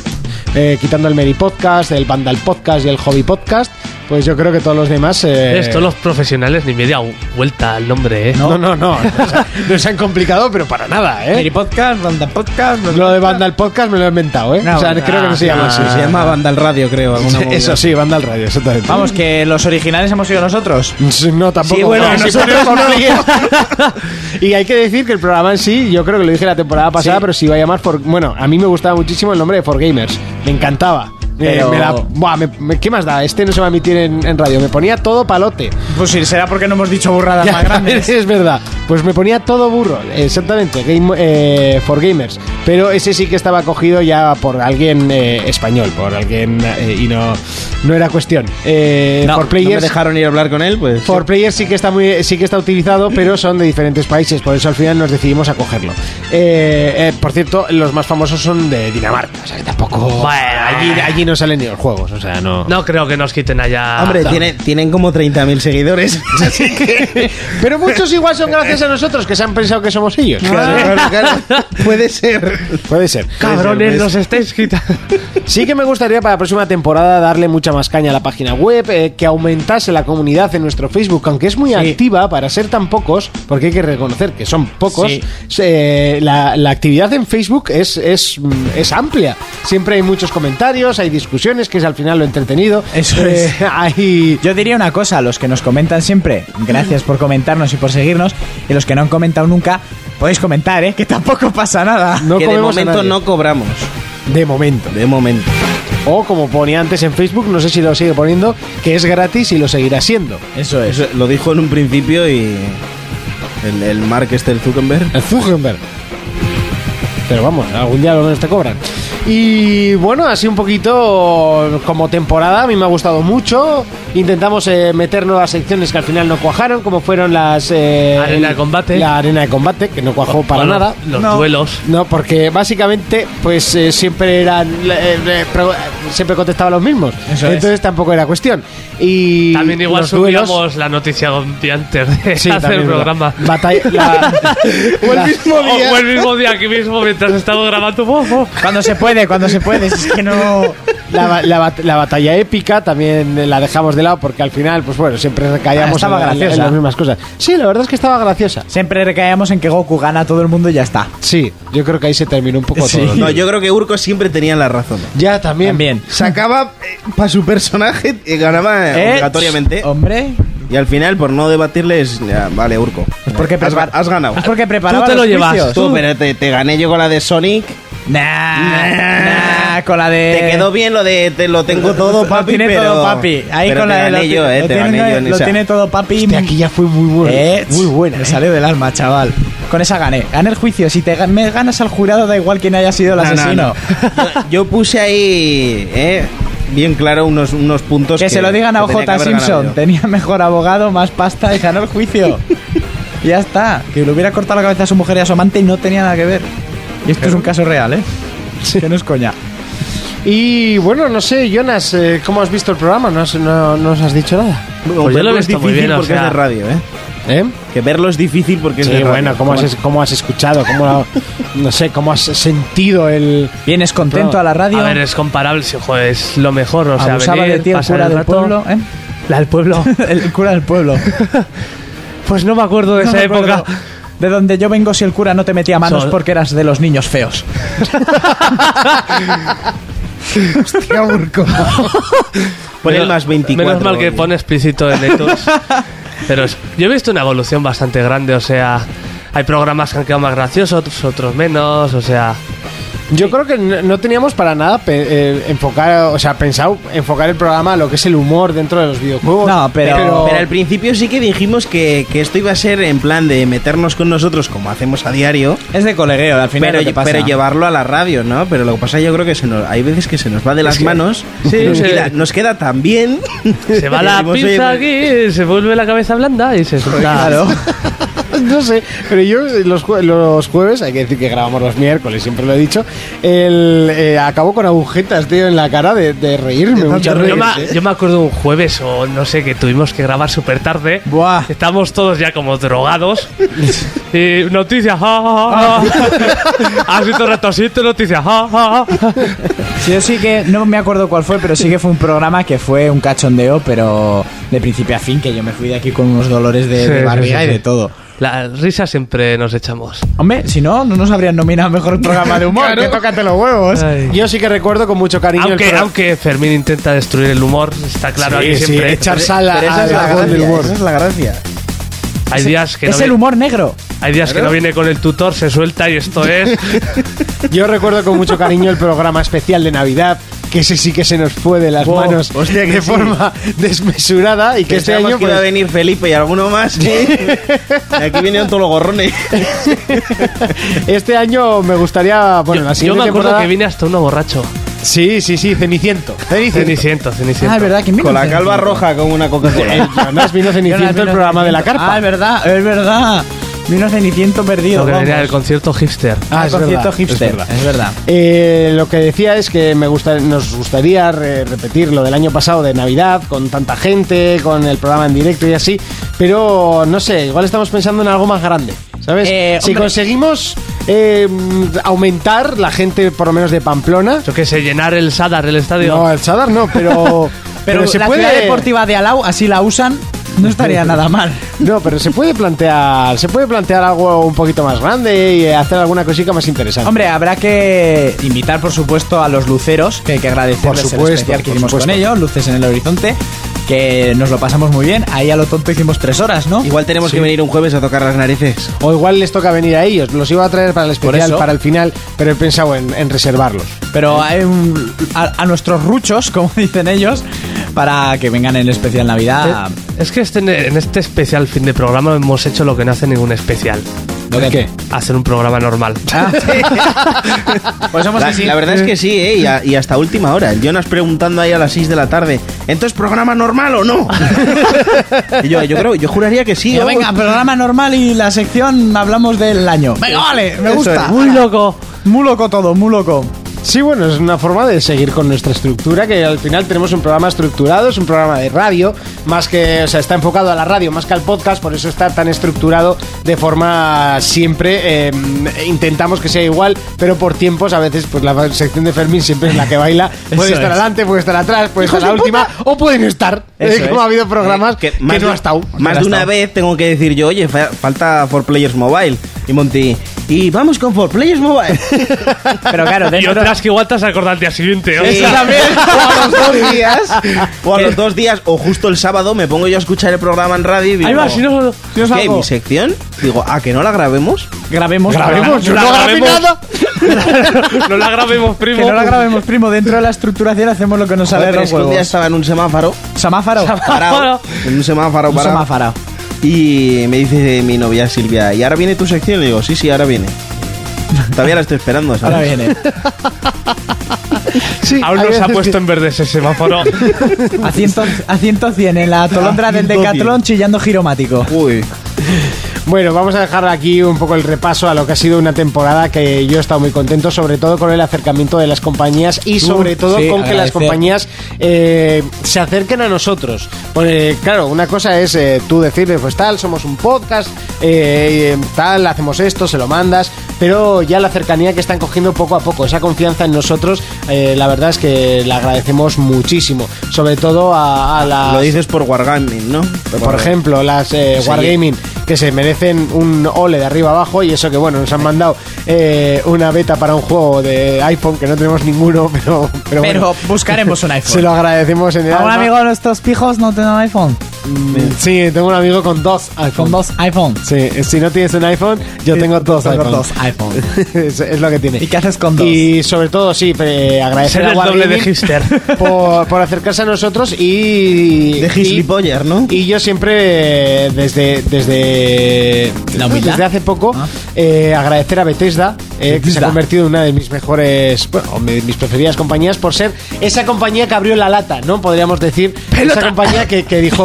Eh, quitando el Meri Podcast, el Vandal Podcast y el Hobby Podcast, pues yo creo que todos los demás. eh,
Esto los profesionales ni media vuelta al nombre, ¿eh?
no, no, no. No se, han- no se han complicado, pero para nada, ¿eh?
Meri Podcast, Banda Podcast.
Lo de banda al podcast me lo he inventado, ¿eh?
No,
o sea,
no,
creo que no se llama
no,
así.
no,
Se llama Banda al Radio, creo. alguna movida.
Eso sí, banda al radio, exactamente.
Vamos, que los originales hemos sido nosotros.
No, tampoco.
Sí, bueno,
Porque si
nosotros
ponemos Fortnite- y hay que decir que el programa en sí, yo creo que lo dije la temporada pasada, pero sí iba a llamar. For... Bueno, a mí me gustaba muchísimo el nombre de For Gamers. Me encantaba. Me-
Pero-
me la- Buah, me- me- ¿Qué más da? Este no se va a emitir en, en radio. Me ponía todo palote.
Pues sí, será porque no hemos dicho burradas
Ya,
más grandes.
es verdad. Pues me ponía todo burro, exactamente, Game, eh, for gamers. Pero ese sí que estaba cogido ya por alguien eh, español, por alguien eh, y no, no era cuestión. Eh,
No,
for
No me
players.
dejaron ir a hablar con él, pues.
for players sí que está muy, sí que está utilizado, pero son de diferentes países, por eso al final nos decidimos a cogerlo. Eh, eh, por cierto, los más famosos son de Dinamarca, o sea que tampoco allí, allí no salen ni los juegos, o sea no.
No creo que nos quiten allá.
Ah,
Hombre, tiene- tienen como 30.000 seguidores. Así que.
Pero muchos igual son gracias a nosotros que se han pensado que somos ellos.
Claro,
Ah.
claro, claro. Puede ser.
Puede ser.
Cabrones, nos estáis quitando.
Sí que me gustaría para la próxima temporada darle mucha más caña a la página web, eh, que aumentase la comunidad en nuestro Facebook, aunque es muy activa para ser tan pocos, porque hay que reconocer que son pocos,
Sí.
eh, la, la actividad en Facebook es, es, mm, es amplia. Siempre hay muchos comentarios, hay discusiones, que es al final lo entretenido. Eh,
Eso es.
Hay...
Yo diría una cosa, los que nos comentan siempre, gracias por comentarnos y por seguirnos, y los que no han comentado nunca, podéis comentar, ¿eh? que tampoco pasa nada.
No
que de
comemos a
momento
nadie.
no cobramos.
De momento.
De momento.
O como ponía antes en Facebook, no sé si lo sigue poniendo, que es gratis y lo seguirá siendo.
Eso es.
Eso lo dijo en un principio y. El, el Mark este, el Zuckerberg.
El Zuckerberg. Pero vamos, algún día lo menos te cobran. Y bueno, así un poquito como temporada, a mí me ha gustado mucho. Intentamos eh, meter nuevas secciones que al final no cuajaron, como fueron las... eh,
Arena de combate.
La arena de combate, que no cuajó para
Bueno,
nada.
Los
No.
duelos.
No, porque básicamente, pues eh, siempre eran. eh, eh, pregu- eh, siempre contestaban los mismos.
Eso es.
Entonces tampoco era cuestión. Y.
También igual
los duelos-
subíamos la noticia de antes de
Sí,
hacer
también,
el
¿verdad?
programa.
Batalla- la- la-
O, o el mismo día aquí mismo mientras estamos grabando. Oh, oh.
Cuando se puede, cuando se puede, si es que no...
La, ba- la bat- la batalla épica también eh, la dejamos de lado porque al final, pues bueno, siempre recaíamos
Ah, estaba
en, la- en la- en
graciosa.
las mismas cosas. Sí, la verdad es que estaba graciosa.
Siempre recaemos en que Goku gana a todo el mundo y ya está.
Sí, yo creo que ahí se terminó un poco todo.
No, yo creo que Urco siempre tenía la razón.
Ya, también.
También.
Sacaba para su personaje y ganaba eh,
¿Eh?
obligatoriamente.
Hombre,
Y al final, por no debatirles, ya, vale, Urco.
es porque
has,
prepara-
has ganado.
Es porque preparaba
Tú te lo
los
llevas,
juicios.
Tú, pero te, te gané yo con la de Sonic.
Nah, nah, con la de...
Te quedó bien lo de te lo tengo todo,
Eh. Lo
papi.
tiene
pero,
todo papi. Ahí
pero
con
te
la de...
gané
lo-
yo, eh,
lo
te
tiene,
gané yo en
lo
esa.
tiene todo papi.
Hostia, aquí ya fue muy buena.
Eh,
muy buena.
Me
eh.
salió del alma, chaval. Con esa gané. Gana el juicio. Si te ga- me ganas al jurado, da igual quién haya sido el
No, no,
asesino.
no. Yo, yo puse ahí, eh, bien claro unos, unos puntos.
Que, se lo digan a
que tenía que
OJ
haber
Simpson.
ganado yo.
Tenía mejor abogado, más pasta y ganó el juicio. ya está. Que le hubiera cortado la cabeza a su mujer y a su amante y no tenía nada que ver. Y esto es un caso real, ¿eh? Que no es coña.
Y bueno, no sé, Jonas, eh, ¿cómo has visto el programa? No, has- no, no os has dicho nada.
Pues yo lo he
verlo es
visto muy
difícil
bien, o
porque es
sea.
de radio, eh.
¿Eh?
Que verlo es difícil porque es
Sí,
de radio.
bueno, ¿cómo has, cómo has escuchado? ¿Cómo, la- no sé, cómo has sentido el...
Vienes contento
Claro.
a la radio.
A ver, es comparable, sí, joder, es lo mejor. O sea,
abusaba
venir,
de ti el
pasar
cura
el
del
rato.
pueblo. ¿eh?
La del pueblo.
el cura del pueblo.
Pues no me acuerdo de
No
esa
me
época.
acuerdo. De donde yo vengo, si el cura no te metía manos
Sol-
porque eras de los niños feos.
Pon el
Menos-
más 24.
Menos mal que
oye.
pone explícito en iTunes. Pero es- yo he visto una evolución bastante grande, o sea, hay programas que han quedado más graciosos, otros menos, o sea,
Yo creo que no no teníamos para nada pe- eh, enfocar, o sea, pensado enfocar el programa a lo que es el humor dentro de los videojuegos.
No, pero-
Pero, al principio sí que dijimos que, que esto iba a ser en plan de meternos con nosotros como hacemos a diario,
Es de colegueo, al final.
pero,
lo que pasa.
pero llevarlo a la radio, ¿no? Pero lo que pasa yo creo que se nos, hay veces que se nos va de las manos,
Sí,
nos,
sí.
queda, nos queda tan bien.
Se va la
Decimos, "Oye,
pinza
pues,
aquí, se vuelve la cabeza blanda y se suelta.
No sé, pero yo los, jue- los jueves, hay que decir que grabamos los miércoles, siempre lo he dicho, el, eh, acabo con agujetas, tío, en la cara de, de reírme muchas
Yo
veces.
me,
¿eh?
yo me acuerdo un jueves o no sé que tuvimos que grabar súper tarde.
Buah.
Estamos todos ya como drogados. y noticias. ja, ja, ja. Así todo el rato, así, todo noticias. ja, ja, ja.
Sí, Yo sí que no me acuerdo cuál fue, pero sí que fue un programa que fue un cachondeo, pero de principio a fin, que yo me fui de aquí con unos dolores de,
Sí,
de
sí,
barriga
sí,
y de
sí.
todo.
Las risas siempre nos echamos.
Hombre, si no, no nos habrían nominado mejor programa de humor. que tócate los huevos.
Ay.
Yo sí que recuerdo con mucho cariño el
Aunque,
pro-
aunque Fermín intenta destruir el humor, está claro
Sí,
aquí
sí,
siempre.
echar sal a-
pero esa
al
es la
dragón del
gracia,
humor.
esa es la gracia.
Hay días que no
Es el
vi-
humor negro.
Hay días que no viene con el tutor, se suelta y esto es.
Yo recuerdo con mucho cariño el programa especial de Navidad, que ese sí que se nos fue de las
Wow,
manos
hostia, que
de
sí.
forma desmesurada y que este
Pensábamos
año
que iba a
pues,
venir Felipe y alguno más. Y aquí vinieron todos los gorrones.
este año me gustaría, bueno, la
Yo
siguiente
me acuerdo
temporada-
que vine hasta uno borracho.
Sí, sí, sí, Ceniciento. Ceniciento.
Ceniciento, ceniciento.
Ah, es verdad que
Con la calva roja como una Coca-Cola.
Además vino Ceniciento el programa de la carpa.
Ah, es verdad, es verdad. Vino Ceniciento perdido.
Lo que
vamos.
venía del concierto hipster.
Ah,
Ah,
es
concierto
verdad,
hipster.
es verdad.
Es verdad.
Eh, lo que decía es que me gusta, nos gustaría re- repetir lo del año pasado de Navidad, con tanta gente, con el programa en directo y así, pero no sé, igual estamos pensando en algo más grande, ¿sabes?
Eh,
si
hombre.
conseguimos eh, aumentar la gente, por lo menos de Pamplona,
Yo que sé, llenar el Sadar, el estadio.
no, el Sadar no, pero,
Pero, la ciudad deportiva de Alau, así la usan, no estaría nada mal.
No, pero se puede plantear, se puede plantear algo un poquito más grande y hacer alguna cosita más interesante.
Hombre, habrá que invitar, por supuesto, a los luceros, que hay que agradecerles
Por
el
supuesto,
especial que
por
hicimos con
supuesto.
ellos, Luces en el Horizonte, que nos lo pasamos muy bien. Ahí a lo tonto hicimos tres horas, ¿no?
Igual tenemos que venir un jueves a tocar las narices.
O igual les toca venir a ellos. Los iba a traer para el especial,
eso.
para el final, pero he pensado en, en reservarlos.
Pero hay un- a, a nuestros ruchos, como dicen ellos, para que vengan en el especial Navidad.
Es que este, en este especial fin de programa hemos hecho lo que no hace ningún especial.
¿Lo que-
Hacer un programa normal.
Ah, Pues somos
La,
así.
la verdad es que sí, ¿eh? y, a- y hasta última hora. El Jonas preguntando ahí a las 6 de la tarde, ¿entonces programa normal o no? Y yo, yo creo, yo juraría que sí.
Yo,
vamos.
venga, programa normal y la sección hablamos del año. Venga, vale, me
Eso
gusta.
es.
Muy loco.
Muy loco todo, muy loco.
Sí, bueno, es una forma de seguir con nuestra estructura, que al final tenemos un programa estructurado, es un programa de radio, más que, o sea, está enfocado a la radio más que al podcast, por eso está tan estructurado de forma siempre, eh, intentamos que sea igual, pero por tiempos a veces, pues la sección de Fermín siempre es la que baila, puede
Eso
estar
es.
adelante, puede estar atrás, puede estar la última, o pueden estar,
Eso
Eh, como
es.
ha habido programas que,
más
no
de-
ha estado.
Más
no ha
de una
estado.
vez tengo que decir yo, oye, fa- falta For Players Mobile. Y Monty, y vamos con For Players Mobile.
Pero claro,
Y
dentro,
otras que igual te has acordado al día siguiente. ¿eh?
Sí. O a los dos días. O a los dos días, o justo el sábado, me pongo yo a escuchar el programa en radio y digo,
Ahí va, si no.
yo os
¿qué?
hago-
¿Mi sección? Digo, ¿a que no la grabemos?
grabemos,
Grabemos, yo
la
no grabé
grabemos.
nada.
No la grabemos, primo. pues.
Que no la grabemos, primo. Dentro de la estructuración hacemos lo que nos sale
Joder,
de
pero
los
es que un día
huevos.
estaba en un semáforo.
Samáfaro.
Parado, en un semáfaro
Un
parado.
semáfaro.
Y me dice mi novia Silvia, ¿y ahora viene tu sección? Le digo, sí, sí, ahora viene. Todavía la estoy esperando, ¿sabes?
Ahora viene.
Sí,
Aún
hay
no se ha
veces
puesto en verde ese semáforo.
A 100, a 100 en la
Ah,
tolondra del
100.
Decathlon chillando giromático.
Uy,
Bueno, vamos a dejar aquí un poco el repaso a lo que ha sido una temporada que yo he estado muy contento, sobre todo con el acercamiento de las compañías y sobre
Uh,
todo
sí,
con que las
agradecer.
compañías eh, se acerquen a nosotros. Porque, claro, una cosa es eh, tú decirles, pues tal, somos un podcast, eh, tal, hacemos esto, se lo mandas, pero ya la cercanía que están cogiendo poco a poco, esa confianza en nosotros, eh, la verdad es que la agradecemos muchísimo, sobre todo a, a las...
lo dices por Wargaming, ¿no?
Por ejemplo, las eh,
Sí.
Wargaming, que se merecen un ole de arriba abajo, y eso que, bueno, nos han mandado eh, una beta para un juego de iPhone, que no tenemos ninguno, pero, pero, bueno,
Pero buscaremos un iPhone.
se lo agradecemos en el
¿Algún
alma. Mm.
amigo de nuestros pijos no tiene un iPhone?
Sí, tengo un amigo con dos iPhones.
Con dos iPhones.
Sí, eh, si no tienes un iPhone, yo tengo dos
Tengo
iPhones.
dos iPhones.
es, es lo que tiene.
¿Y qué haces con dos?
Y sobre todo, sí, pre- agradecer
Ser
a
el doble de
Wargaming
hipster.
por, por acercarse a nosotros y.
De
y,
Gislipollar, ¿no?
y yo siempre, eh, desde. desde
La humildad.
Desde hace poco,
Ah.
eh, agradecer a Bethesda, eh, que se ha
Bethesda.
convertido en una de mis mejores. Bueno, o mi- mis preferidas compañías por ser esa compañía que abrió la lata, ¿no? Podríamos decir. Esa compañía que, que dijo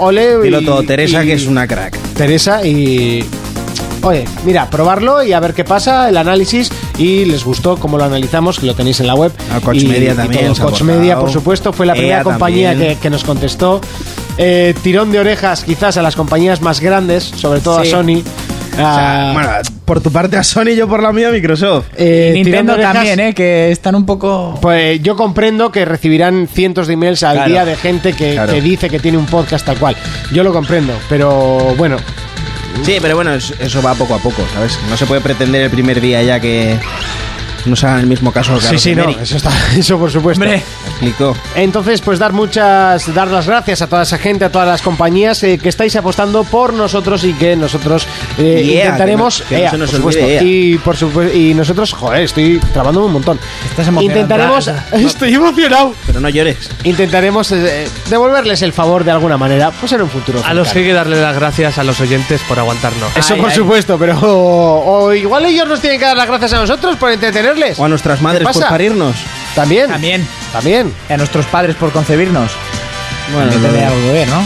Ole. y-
Dilo todo, Teresa,
y-
que es una crack.
Teresa y... Oye, mira, probarlo y a ver qué pasa, el análisis, y les gustó cómo lo analizamos, que lo tenéis en la web.
A Ah, Coach
Y-
Media
y
también
todo.
se ha
Coach Media, por
portado.
supuesto, fue la
EA
primera compañía
también.
que, que nos contestó. Eh, tirón de orejas quizás a las compañías más grandes, sobre todo
Sí.
a Sony. Ah,
Bueno, por tu parte a Sony, yo por la mía a Microsoft.
eh, tirón de
Nintendo
orejas,
también, ¿eh? Que están un poco...
Pues yo comprendo que recibirán cientos de emails al
Claro.
día de gente que,
Claro.
que dice que tiene un podcast tal cual. Yo lo comprendo, pero bueno,
Sí, pero bueno, es- eso va poco a poco, ¿sabes? No se puede pretender el primer día ya que nos hagan el mismo caso que a
sí,
los
sí,
de
no,
Mary.
eso, está, eso por supuesto.
Hombre,
¿Me explico?
Entonces, pues dar muchas, dar las gracias a toda esa gente, a todas las compañías eh, que estáis apostando por nosotros y que nosotros eh,
Y EA,
intentaremos.
que no- que no se nos
por supuesto.
olvide EA.
Y por supuesto, y nosotros, joder, estoy trabándome un montón.
Estás emocionado.
Intentaremos,
Ah,
estoy emocionado.
Pero no llores.
Intentaremos eh, devolverles el favor de alguna manera, pues en un futuro.
A los que hay
cercano.
que darle las gracias a los oyentes por aguantarnos.
Eso
Ay,
por
ay.
supuesto, pero o, o igual ellos nos tienen que dar las gracias a nosotros por entretenerles.
O a nuestras madres por
pasa?
parirnos.
También,
También.
también.
Y A nuestros padres por concebirnos.
Bueno,
También
no,
tendría
no.
algo que ver, ¿no?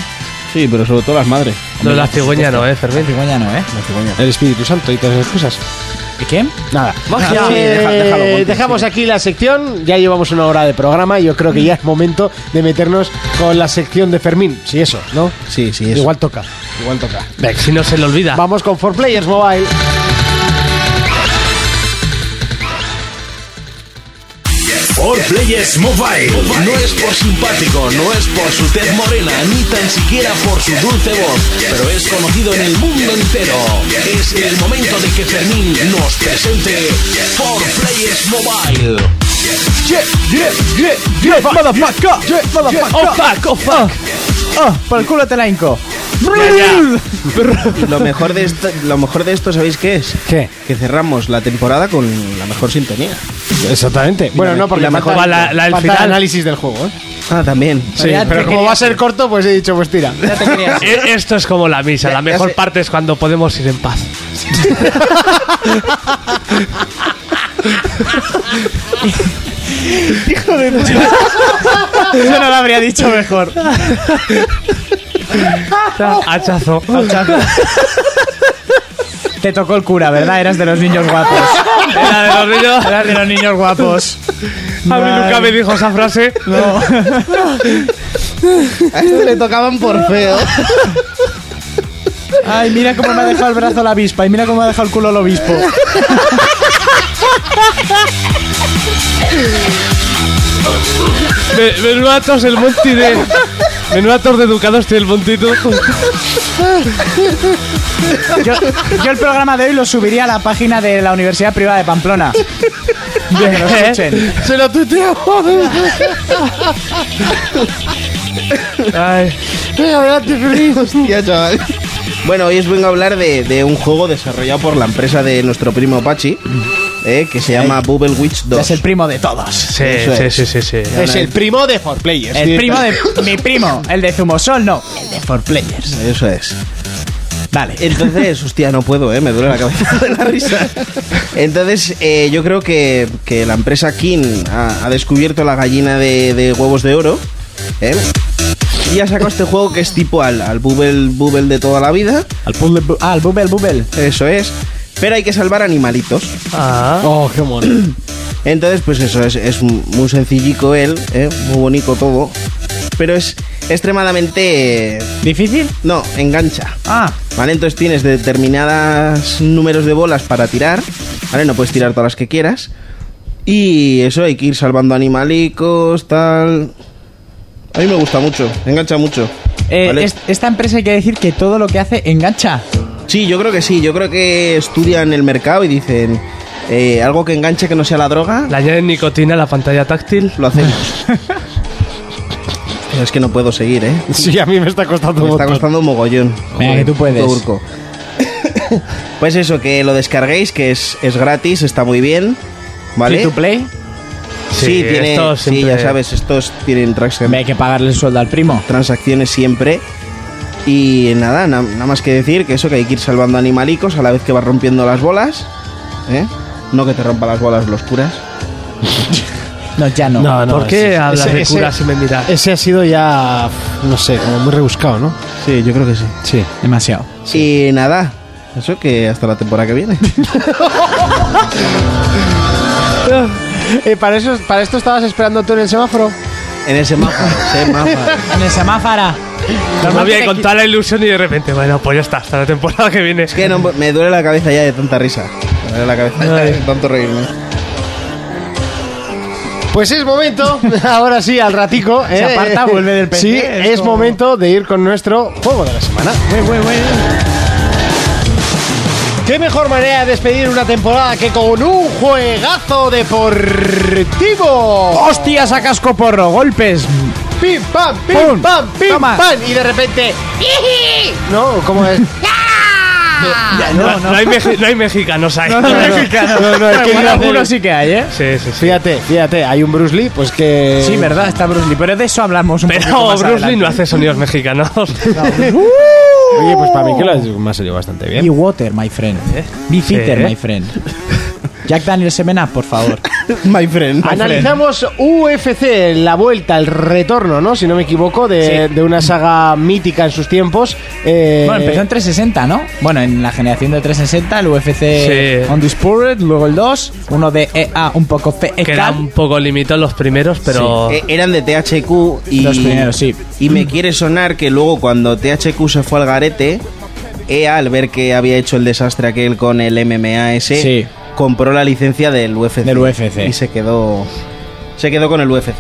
sí, pero sobre todo las madres.
No, la cigüeña no, eh, Fermín.
Cigüeña no, ¿eh?
El Espíritu Santo y todas esas cosas.
¿Y quién?
Nada. Eh,
Magia. Sí, deja- déjalo, Monty,
dejamos
sí.
aquí la sección. Ya llevamos una hora de programa. y Yo creo que ya es momento de meternos con la sección de Fermín. Si eso, ¿no?
Sí, sí, eso.
Igual toca. Igual toca.
Venga, Si no se le olvida.
Vamos con 4Players Mobile.
For Players Mobile. No es por simpático, no es por su tez morena, ni tan siquiera por su dulce voz, pero es conocido en el mundo entero. Es el momento de que Fermín nos presente For Players Mobile.
Motherfucker. Motherfucker. Oh, fuck, oh, fuck.
Ah.
Oh, por el culo te la hinco.
Lo mejor, de esto, lo mejor de esto, ¿sabéis qué es?
¿Qué?
Que cerramos la temporada con la mejor sintonía.
Exactamente. Bueno,
la-
no, porque
y la
falta-
mejor-
la- la del
falta
final.
análisis del juego. ¿eh?
Ah, también.
Sí,
ya te
pero como
quería-
va a ser corto, pues he dicho, pues tira.
E- Esto es como la misa. La mejor parte es cuando podemos ir en paz.
Eso no lo habría dicho mejor.
Hachazo.
Te tocó el cura, ¿verdad? Eras de los niños guapos.
Era de los niños.
Eras de los niños guapos.
A mí nunca me dijo esa frase.
No.
A este le tocaban por feo.
Ay, mira cómo me ha dejado el brazo la avispa y mira cómo me ha dejado el culo el obispo.
Me- Menuda tos el Monty de. Menuda tos de educados tiene el Monty tú.
Yo, yo el programa de hoy lo subiría a la página de la Universidad Privada de Pamplona. Para que lo
¿Eh?
escuchen.
Se lo tuteo.
Ay,
Venga, adelante, Fermín.
Hostia, chaval. Bueno, hoy os vengo a hablar de, de un juego desarrollado por la empresa de nuestro primo Pachi, eh, que se llama Bubble Witch 2.
Es el primo de todos.
sí,
Eso
sí,
es.
sí, sí, sí.
Es el primo de 4Players.
El primo de mi primo, el de Zumosol, no, el de For Players.
Eso es.
Vale.
Entonces, hostia, no puedo, ¿eh? me duele la cabeza de la risa. Entonces, eh, yo creo que, que la empresa King ha, ha descubierto la gallina de, de huevos de oro. ¿eh? Y ha sacado este juego que es tipo al, al Bubble Bubble de toda la vida.
Al puzzle bu- ah, al Bubble Bubble.
Eso es. Pero hay que salvar animalitos.
Ah.
Oh, qué mono.
Entonces, pues eso, es, es muy sencillico él, ¿eh? muy bonito todo. Pero es extremadamente... eh,
¿Difícil?
No, engancha.
Ah,
¿Vale? Entonces tienes determinados números de bolas para tirar, ¿vale? No puedes tirar todas las que quieras. Y eso, hay que ir salvando animalicos, tal... A mí me gusta mucho, engancha mucho.
eh,
¿vale?
es- esta empresa hay que decir que todo lo que hace engancha.
Sí, yo creo que sí, yo creo que estudian el mercado y dicen... eh, algo que enganche que no sea la droga,
Le añaden nicotina a la pantalla táctil.
lo hacemos. Es que no puedo seguir, ¿eh?
Sí, a mí me está costando
Me
un
está
montón.
costando un mogollón.
Venga, que tú puedes.
todo urco. pues eso, que lo descarguéis, que es, es gratis, está muy bien. ¿Vale?
¿Free to play?
Sí,
Sí,
tiene,
esto
sí,
siempre-
ya sabes, estos tienen
En
tracción-
vez de que pagarle el sueldo al primo.
transacciones siempre. Y nada, na- nada más que decir que eso, que hay que ir salvando animalicos a la vez que vas rompiendo las bolas. ¿eh? No que te rompa las bolas los curas.
No, ya no.
No, no,
¿Por qué
ese-
hablas
ese-
de
ese-
cura sin bendita?
Ese ha sido ya, no sé, como muy rebuscado, ¿no?
Sí, yo creo que sí.
Sí.
Demasiado.
Y nada, eso que hasta la temporada que viene.
Eh, para, eso, ¿Para esto estabas esperando tú en el semáforo?
en ese mapa, ese mapa.
En el semáfara.
No había con toda la ilusión y de repente, bueno, pues ya está, hasta la temporada que viene.
Es que no- me duele la cabeza ya de tanta risa. Me duele la cabeza ya de tanto reírme.
Pues es momento, ahora sí, al ratico.
Se
¿eh?
aparta, vuelve del PC,
Sí,
es
es,
como-
momento de ir con nuestro juego de la semana. ¿Qué mejor manera de despedir una temporada que con un juegazo deportivo?
¡Hostias a casco porro! ¡Golpes!
¡Pim, pam, pim,
Pum.
pam, pim,
Toma.
pam! Y de repente... ¡iji! No, ¿cómo es?
No, no hay meji- no hay mexicanos ahí.
no, no, es que
Bueno,
alguno
del-
sí que hay, ¿eh?
Sí, sí, sí.
pues, Fíjate, fíjate, hay un Bruce Lee, pues que...
Sí, verdad, está Bruce Lee, pero de eso hablamos un poquito
Pero
pues
más
Bruce Lee no
adelante.
hace sonidos mexicanos.
Oye, pues para mí que lo has- me ha salido bastante bien.
Be water, my friend. Be fitter,
¿Eh? Sí.
my friend. Jack Daniel Semena, por favor. Eh,
My friend.
Analizamos UFC, la vuelta, el retorno, ¿no? Si no me equivoco, de, de una saga mítica en sus tiempos. Eh,
Bueno, empezó en 360, ¿no? Bueno, en la generación de 360, el UFC
Sí.
Undisputed, luego el 2, uno de EA, un poco E
Que era un
FEK.
poco limitado los primeros, pero.
Eh, eran de THQ y.
Los primeros, sí.
Y me quiere sonar que luego cuando THQ se fue al garete, EA, al ver que había hecho el desastre aquel con el MMA ese,
Sí.
compró la licencia del UFC.
Del UFC.
Y se quedó. Se quedó con el UFC.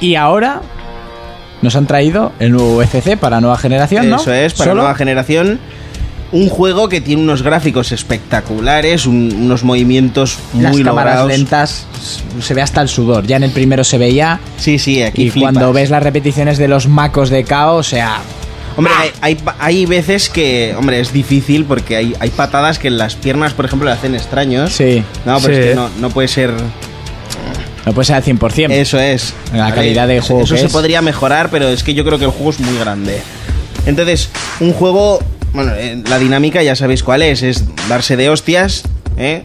Y ahora nos han traído el nuevo UFC para nueva generación, ¿no?
Eso es, para
Solo
nueva generación. Un juego que tiene unos gráficos espectaculares, un- unos movimientos muy
Las cámaras
logrados.
lentas s- se ve hasta el sudor. Ya en el primero se veía.
Sí, sí, aquí
Y
flipas.
cuando ves las repeticiones de los macos de KO, o sea,
Hombre,
Ah.
hay, hay pa- hay veces que, hombre, es difícil porque hay, hay patadas que en las piernas, por ejemplo, le hacen extraños.
Sí.
No, pero
Sí.
es que no, no puede ser...
no puede ser al 100%.
Eso es.
La calidad de
Eso-
juego
Eso
que
se
es.
podría mejorar, pero es que yo creo que el juego es muy grande. Entonces, un juego... Bueno, eh, la dinámica ya sabéis cuál es. Es darse de hostias, ¿eh?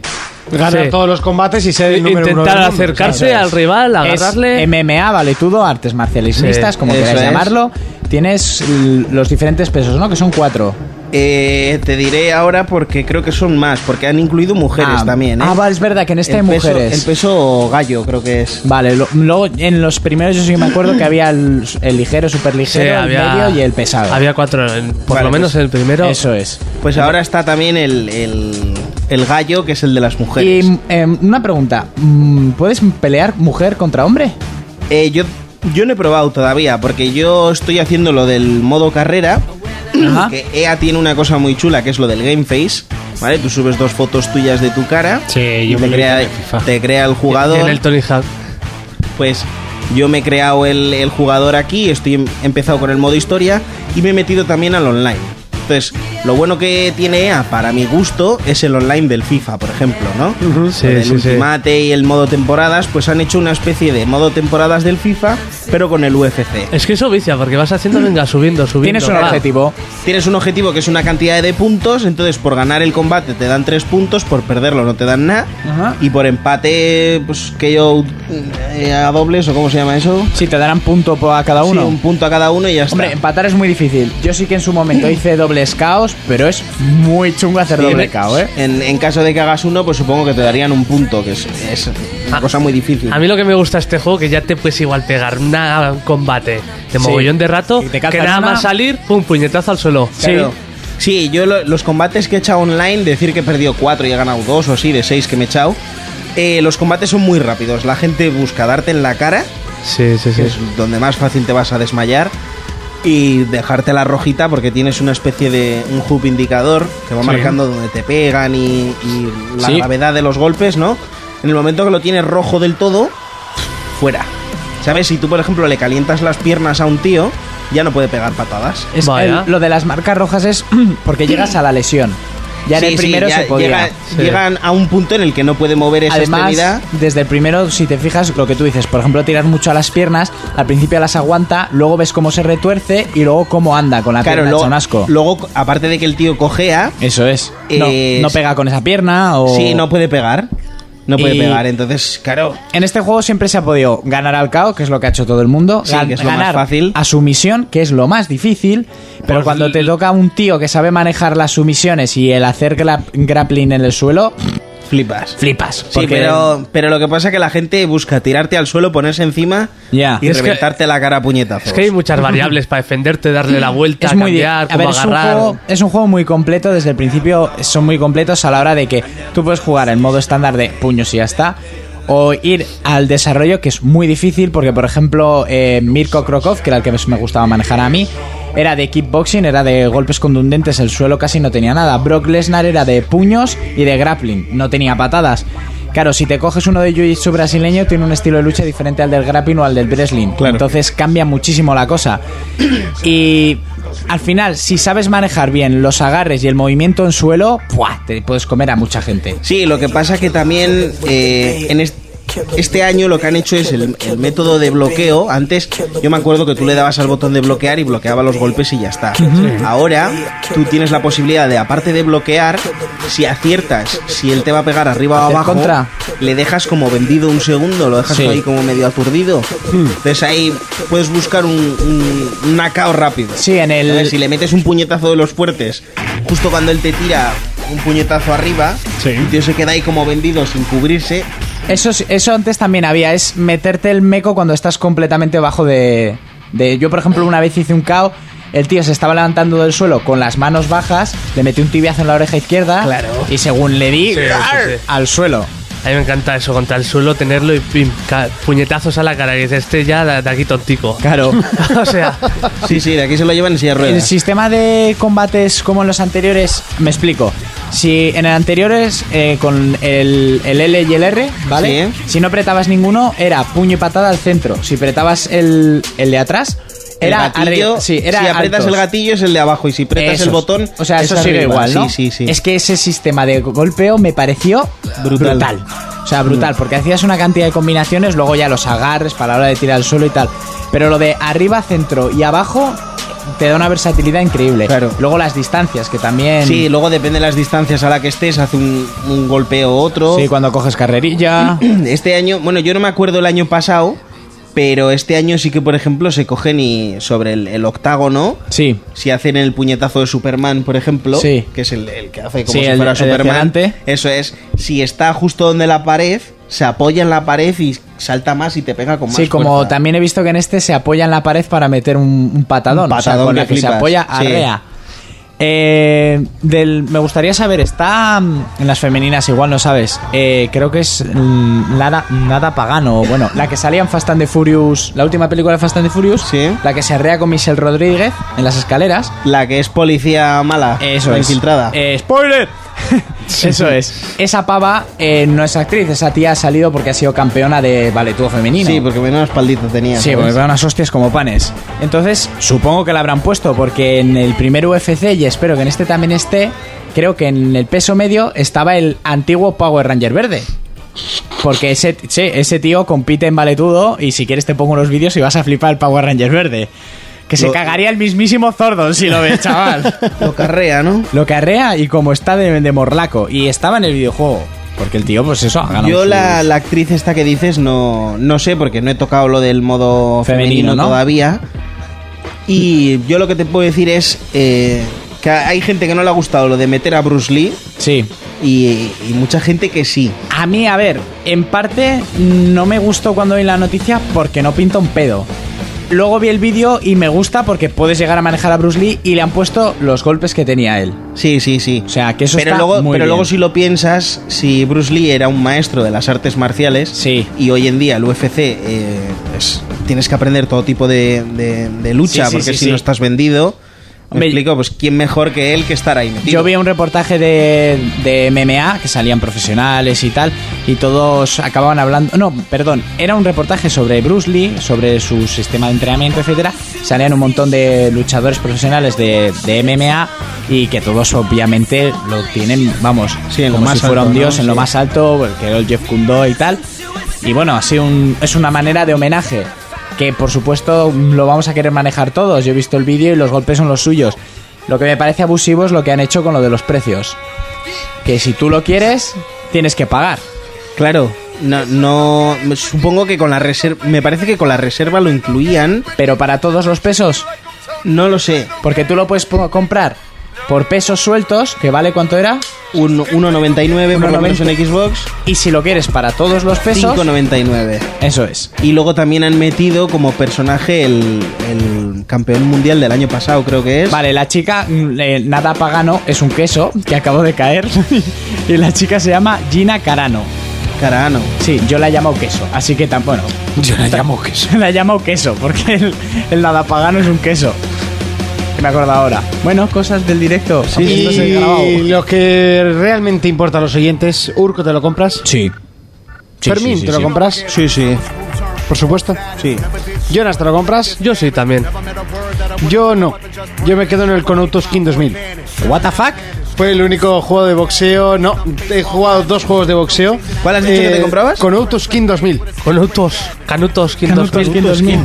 ganar
Sí.
todos los combates y ser el número uno
Intentar
del mundo,
acercarse
¿sabes?
al rival,
Es
agarrarle.
MMA, vale todo, artes marciales mixtas, como
eso
queráis
es.
llamarlo. Tienes l- los diferentes pesos, ¿no? Que son cuatro.
Eh, te diré ahora porque creo que son más, porque han incluido mujeres
Ah,
también, ¿eh?
Ah, vale, es verdad que en este
El
hay
peso-
mujeres.
el peso gallo creo que es.
Vale, lo- luego en los primeros yo sí que me acuerdo que había el, el ligero, super
Sí,
ligero, el medio y el pesado. pues
Había cuatro, en- por
Vale,
lo menos el primero.
Eso es.
Pues ahora está también el, el, el gallo, que es el de las mujeres.
Y em, una pregunta, mm, ¿puedes pelear mujer contra hombre?
Eh, yo, yo no he probado todavía, porque yo estoy haciendo lo del modo carrera.
Ajá.
Que EA tiene una cosa muy chula, que es lo del game face. ¿Vale? Tú subes dos fotos tuyas de tu cara.
Sí,
y
yo
te
me lo
crea,
hice en el FIFA.
te crea el jugador.
En el Tony Hawk.
pues yo me he creado el, el jugador aquí, estoy em- he empezado con el modo historia y me he metido también al online. Entonces, lo bueno que tiene EA para mi gusto es el online del FIFA, por ejemplo, ¿no?
Ujú, sí,
el
sí, sí.
Ultimate y el modo temporadas, pues han hecho una especie de modo temporadas del FIFA, pero con el UFC.
Es que eso vicia, porque vas haciendo, venga, subiendo, subiendo.
Tienes un
va.
objetivo.
Tienes un objetivo que es una cantidad de puntos, entonces por ganar el combate te dan tres puntos, por perderlo no te dan nada,
Ajá.
y por empate, pues que yo eh, a dobles o cómo se llama eso,
Sí, te darán punto po- a cada
Sí,
uno.
un punto a cada uno y ya está. Mm.
Hombre, empatar es muy difícil. Yo sí que en su momento hice dobles caos, pero es muy chungo hacer doble caos, ¿eh?
En, en caso de que hagas uno, pues supongo que te darían un punto, que es, es una
Ah.
cosa muy difícil.
A mí lo que me gusta este juego que ya te puedes igual pegar una- un combate de mogollón de rato
Y te
que
calzas
nada
una.
más salir, pum, puñetazo al suelo.
Claro. Sí, yo lo- los combates que he echado online, decir que he perdido cuatro y he ganado dos o así, de seis que me he echado, eh, los combates son muy rápidos. La gente busca darte en la cara,
Sí, sí,
que
sí.
es donde más fácil te vas a desmayar, y dejarte la rojita porque tienes una especie de un hub indicador que va marcando donde te pegan y, y la
Sí.
gravedad de los golpes, ¿no? En el momento que lo tienes rojo del todo, fuera. ¿Sabes? Si tú, por ejemplo, le calientas las piernas a un tío, ya no puede pegar patadas.
Es
Vaya.
el- lo de las marcas rojas es porque llegas a la lesión. Ya en
Sí, sí,
el primero
ya
se podía.
llega- Llegan a un punto en el que no puede mover esa
Además,
extremidad.
desde el primero, si te fijas, lo que tú dices, por ejemplo, tiras mucho a las piernas, al principio las aguanta, luego ves cómo se retuerce y luego cómo anda con la
Claro,
pierna hecha
luego,
un asco.
luego, aparte de que el tío cojea,
Eso es. No-
Eh,
no, pega con esa pierna o...
sí, no puede pegar. No puede
Oh. Y-
pegar, entonces, claro.
En este juego siempre se ha podido ganar al KO, que es lo que ha hecho todo el mundo,
Sí,
gan-
que es lo más
ganar
fácil.
a sumisión, que es lo más difícil, pero
Por
cuando
el-
te toca un tío que sabe manejar las sumisiones y el hacer gra- grappling en el suelo,
Flipas.
flipas.
Sí, pero, pero lo que pasa es que la gente busca tirarte al suelo, ponerse encima
Ya.
y
Ah. Es que-
reventarte la cara a puñetazos.
Es que hay muchas variables para defenderte, darle la vuelta,
Es muy di-
cambiar,
a ver,
cómo
es, un
agarrar.
juego, es un juego muy completo desde el principio. Son muy completos a la hora de que tú puedes jugar en modo estándar de puños y ya está. O ir al desarrollo, que es muy difícil, porque por ejemplo, eh, Mirko Krokov, que era el que más me gustaba manejar a mí, era de kickboxing, era de golpes contundentes, el suelo casi no tenía nada. Brock Lesnar era de puños y de grappling, no tenía patadas. Claro, si te coges uno de jiu-jitsu brasileño, tiene un estilo de lucha diferente al del grappling o al del wrestling. Entonces cambia muchísimo la cosa. Y al final, si sabes manejar bien los agarres y el movimiento en suelo, ¡buah! te puedes comer a mucha gente.
Sí, lo que pasa que también eh, en est- este año lo que han hecho es el, el método de bloqueo. Antes yo me acuerdo que tú le dabas al botón de bloquear y bloqueaba los golpes y ya está. Ahora tú tienes la posibilidad de, aparte de bloquear, si aciertas, si él te va a pegar arriba o
Hacer
abajo,
contra.
le dejas como vendido un segundo, lo dejas
Sí. Hmm.
ahí como medio aturdido. Entonces ahí puedes buscar un, un, un knockout rápido.
Sí, en el-
¿Sabes? Si le metes un puñetazo de los fuertes justo cuando él te tira un puñetazo arriba, el tío se queda ahí como vendido sin cubrirse.
Eso, es- eso antes también había, es meterte el meco cuando estás completamente bajo de, de- Yo, por ejemplo, una vez hice un KO, el tío se estaba levantando del suelo con las manos bajas, le metí un tibiazo en la oreja izquierda y según le di,
Sí, sí, sí.
al suelo.
A mí me encanta eso, contra el suelo, tenerlo y pim, ca- puñetazos a la cara. Y dices, este ya de de aquí tontico.
Claro.
o sea,
Sí, sí, de aquí se lo llevan en silla de
El
ruedas.
sistema de combates como en los anteriores, me explico. Si en el anterior es eh, con el, el L y el R, ¿vale?
Sí.
Si no apretabas ninguno, era puño y patada al centro. Si apretabas el, el de atrás,
El
era
gatillo,
arri- sí, era
si apretas
altos.
el gatillo es el de abajo y si apretas
Eso
el
es.
botón
O sea,
es
eso sigue
arriba.
igual, ¿no?
Sí, sí, sí.
Es que ese sistema de golpeo me pareció
Brutal. Mm.
brutal. O sea, brutal, porque hacías una cantidad de combinaciones, luego ya los agarres para la hora de tirar al suelo y tal. Pero lo de arriba, centro y abajo te da una versatilidad increíble.
Claro.
Luego las distancias, que también.
Sí, luego depende de las distancias a la que estés, hace un, un golpeo u otro.
Sí, cuando coges carrerilla.
Este año, bueno, yo no me acuerdo el año pasado, pero este año sí que, por ejemplo, se cogen y sobre el, el octágono.
Sí.
Si hacen el puñetazo de Superman, por ejemplo,
Sí.
que es el, el que hace como
Sí,
si
el-
fuera
el de hacia
Superman.
adelante.
Eso es. Si está justo donde la pared, se apoya en la pared y salta más y te pega con más
Sí, como
fuerza.
también he visto que en este se apoya en la pared para meter un, un patadón.
Un
o sea,
patadón
con
que
la que se
flipas,
apoya
sí.
arrea. Eh, del, me gustaría saber, está mm, en las femeninas, igual no sabes. eh, creo que es mm, Nada, Nada Pagano. o Bueno, la que salía en Fast and the Furious, la última película de Fast and the Furious.
Sí.
La que se arrea con Michelle Rodríguez en las escaleras.
La que es policía mala,
Eso
la
es.
infiltrada.
Eh, ¡Spoiler! Eso es. Esa pava eh, no es actriz, esa tía ha salido porque ha sido campeona de Valetúo femenino.
Sí, porque menos espaldita tenía.
Sí,
¿sabes?
porque van unas hostias como panes. Entonces, supongo que la habrán puesto, porque en el primer UFC, y espero que en este también esté, creo que en el peso medio estaba el antiguo Power Ranger verde. Porque ese, sí, ese tío compite en valetudo y si quieres te pongo unos vídeos y vas a flipar el Power Ranger verde. Que se
Lo-
cagaría el mismísimo Zordon si lo ves, chaval.
Lo carrea, ¿no?
lo carrea y como está de, de morlaco. Y estaba en el videojuego. Porque el tío, pues eso, ha ganado
Yo
sus-
la, la actriz esta que dices no, no sé porque no he tocado lo del modo femenino,
Femenino, ¿no?
todavía. Y yo lo que te puedo decir es eh, que hay gente que no le ha gustado lo de meter a Bruce Lee
Sí.
y, y mucha gente que sí.
A mí, a ver, en parte no me gustó cuando vi la noticia porque no pinta un pedo. Luego vi el vídeo y me gusta porque puedes llegar a manejar a Bruce Lee y le han puesto los golpes que tenía él.
Sí, sí, sí.
O sea, que eso
pero
está
luego,
muy
pero
bien.
luego si lo piensas, si Bruce Lee era un maestro de las artes marciales
Sí.
y hoy en día el UFC eh, es- tienes que aprender todo tipo de, de- de lucha
Sí, sí,
porque
sí,
si
sí.
no estás vendido, Me explico, pues quién mejor que él que estar ahí metido.
Yo vi un reportaje de, de MMA que salían profesionales y tal, y todos acababan hablando. No, perdón, era un reportaje sobre Bruce Lee, sobre su sistema de entrenamiento, etcétera. Salían un montón de luchadores profesionales de, de MMA y que todos obviamente lo tienen, vamos,
Sí, en lo
como
más
si fuera un
alto, ¿no?
dios en lo
Sí.
más alto, pues, que era el Jeff Kundo y tal. Y bueno, así un, es una manera de homenaje. Que por supuesto lo vamos a querer manejar todos. Yo he visto el vídeo y los golpes son los suyos. Lo que me parece abusivo es lo que han hecho con lo de los precios. Que si tú lo quieres, tienes que pagar.
Claro, no, no, supongo que con la reserva, me parece que con la reserva lo incluían,
Pero para todos los pesos,
no lo sé,
porque tú lo puedes po- comprar por pesos sueltos, que vale cuánto era,
un 1.99 por lo menos
1.90.
en Xbox,
y si lo quieres para todos los pesos,
5.99.
eso es.
Y luego también han metido como personaje el, el campeón mundial del año pasado, creo que es.
Vale, la chica, mm, eh, nada pagano, es un queso que acabo de caer. y la chica se llama Gina Carano.
Carano.
Sí, yo la llamo queso, así que tan bueno. Yo la llamo queso. La llamo queso, porque el, el nada pagano es un queso. Que me acuerdo ahora. Bueno, cosas del directo. Sí,
Y lo que realmente importa a los oyentes, Urco, ¿te lo compras?
Sí.
Fermín, ¿te lo compras?
Sí, sí,
Por supuesto.
sí.
Jonas, ¿te lo compras?
Yo sí también.
Yo no. Yo me quedo en el Conautos King 2000.
¿What the fuck?
Fue el único juego de boxeo. No, he jugado dos juegos de boxeo.
¿Cuál has dicho que te comprabas?
Conautos King 2000.
Conutos, Canutos, Quintos,
Quintos, mil.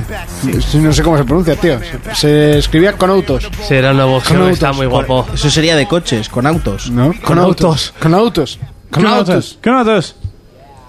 No sé cómo se pronuncia, tío. Se- Se escribía Conautos.
Sí, era un nuevo boxeo que está
Conutos,
muy guapo.
Eso sería de coches, con autos.
¿No?
Conautos.
Conautos. Conautos.
¿Qué notas?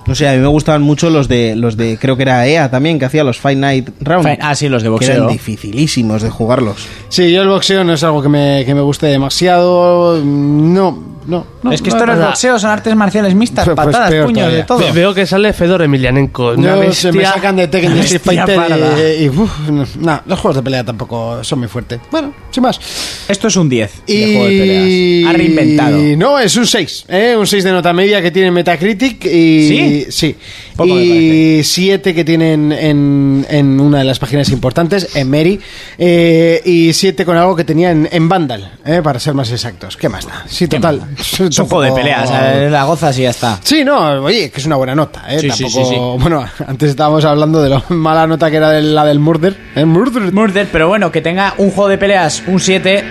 No sé, a mí me gustaban mucho los de, los de creo que era EA también, que hacía los Fight Night Round.
Fine, ah, sí, los de
que
boxeo.
eran dificilísimos de jugarlos.
Sí, yo el boxeo no es algo que me, que me guste demasiado. No, no. no.
es que esto no es
nada.
boxeo, son artes marciales mixtas,
Pues
patadas,
peor
puños, de
todavía.
todo.
Ve- Veo que sale Fedor Emelianenko. Una
Yo, se
bestia.
me sacan de Tekken de Street
bestia
Fighter y-
parda.
y, uf, no, nah, los juegos de pelea tampoco son muy fuertes. Bueno, sin más.
Esto es un 10
Y...
de juego de peleas. Ha reinventado.
No, es un 6. ¿eh? Un 6 de nota media que tiene Metacritic y...
¿Sí?
Sí.
Poco me
y 7 que tienen en, en una de las páginas importantes, en Mary. eh, y 7 con algo que tenía en, en Vandal, ¿eh? para ser más exactos. ¿Qué más da? Sí, total.
Es un juego de peleas, eh, la gozas y ya está.
Sí, no, oye, que es una buena nota, ¿eh?
Sí, sí,
Tampoco...
sí, sí.
Bueno, antes estábamos hablando de la mala nota que era de la del Murder. ¿eh? Murder.
Murder, pero bueno, que tenga un juego de peleas, un 7,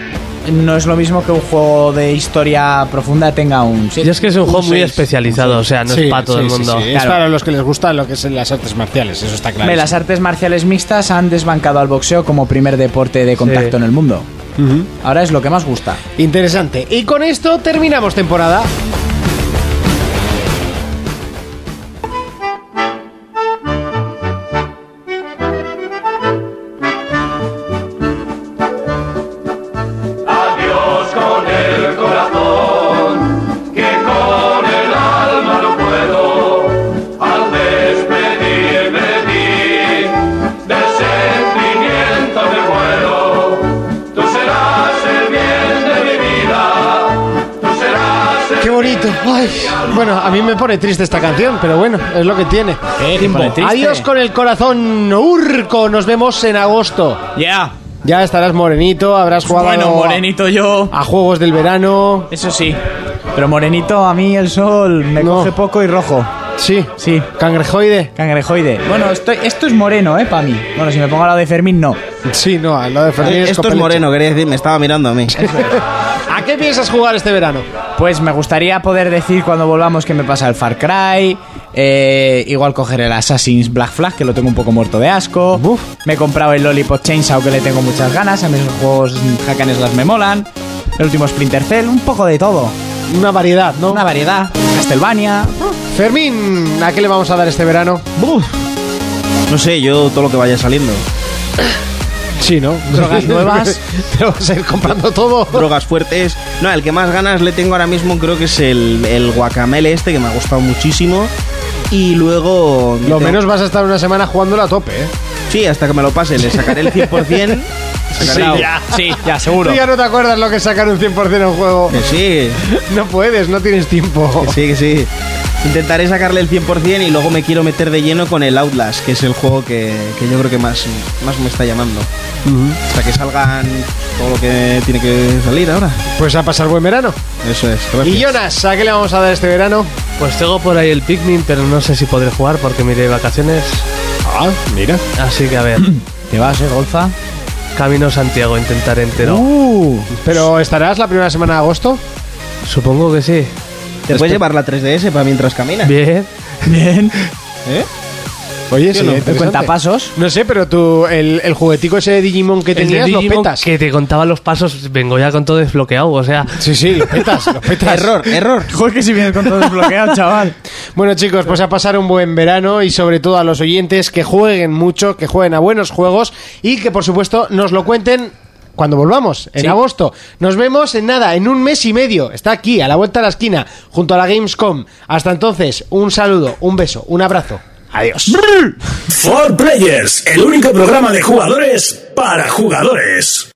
no es lo mismo que un juego de historia profunda tenga un 7.
Y es que es un juego muy especializado, o sea, Ah, no es
Sí,
para todo
sí,
el
sí,
mundo.
sí. Es
Claro.
para los que les gustan lo que es las artes marciales, eso está claro.
Hombre, las artes marciales mixtas han desbancado al boxeo como primer deporte de contacto
Sí.
en el mundo. Ahora es lo que más gusta.
Interesante. Y con esto terminamos temporada. Qué bonito. Ay, bueno, a mí me pone triste esta canción, pero bueno, es lo que tiene.
Timbo.
Adiós con el corazón, Urco. Nos vemos en agosto.
Ya.
Ya estarás morenito, habrás jugado
Bueno,
a-
morenito yo.
a juegos del verano.
Eso sí. Pero morenito, a mí el sol me
No.
coge poco y rojo.
Sí,
Sí.
cangrejoide.
Cangrejoide. Bueno, estoy, esto es moreno, ¿eh? Para mí. Bueno, si me pongo al lado de Fermín, no.
Sí, no, al lado de Fermín es
Eh, Esto es
copeleche.
moreno, quería decir, me estaba mirando a mí.
¿A qué piensas jugar este verano?
Pues me gustaría poder decir cuando volvamos que me pasa el Far Cry. eh, igual coger el Assassin's Black Flag, que lo tengo un poco muerto de asco. Me he comprado el Lollipop Chainsaw, que le tengo muchas ganas. A mí esos juegos mm, hack and slash me molan. El último Splinter Cell, un poco de todo.
Una variedad, ¿no?
Una variedad. Castlevania.
Fermín, ¿a qué le vamos a dar este verano?
No sé, yo todo lo que vaya saliendo.
Sí, ¿no? Drogas nuevas. Te lo vas a ir comprando todo.
Drogas fuertes. No, el que más ganas le tengo ahora mismo creo que es el, el guacamele este, que me ha gustado muchísimo. Y luego...
Lo
tengo-
menos vas a estar una semana jugándolo a tope, ¿eh?
Sí, hasta que me lo pase, le sacaré el 100%. Sacaré-
ya, sí, ya, seguro.
Tú ya no te acuerdas lo que es sacar un 100% en un juego.
Que Eh, sí,
No puedes, no tienes tiempo.
que sí, que sí. Intentaré sacarle el 100% y luego me quiero meter de lleno con el Outlast, que es el juego que, que yo creo que más, más me está llamando. Hasta que salgan todo lo que tiene que salir ahora.
Pues a pasar buen verano.
Eso es.
Y Jonas, ¿a qué le vamos a dar este verano?
Pues tengo por ahí el Pikmin, pero no sé si podré jugar porque me iré de vacaciones.
Ah, mira.
Así que a ver,
¿Te vas, eh, Golfa?
camino Santiago intentaré entero.
Uh, pero estarás la primera semana de agosto.
Supongo que sí.
Te puedes llevar la 3DS para mientras caminas.
Bien.
Bien.
Oye, sí,
no?
interesante.
Cuenta pasos.
No sé, pero tú, el, el juguetico ese de Digimon que
El de
tenías, lo
Digimon
petas.
que te contaba los pasos, vengo ya con todo desbloqueado, o sea,
Sí, sí, lo petas, lo petas.
Error, error.
Joder, que si vienes con todo desbloqueado, chaval.
Bueno, chicos, pues a pasar un buen verano y sobre todo a los oyentes que jueguen mucho, que jueguen a buenos juegos y que por supuesto nos lo cuenten. Cuando volvamos, en agosto. Nos vemos en nada, en un mes y medio. Está aquí, a la vuelta de la esquina, junto a la Gamescom. Hasta entonces, un saludo, un beso, un abrazo.
For Players, el único programa de jugadores para jugadores.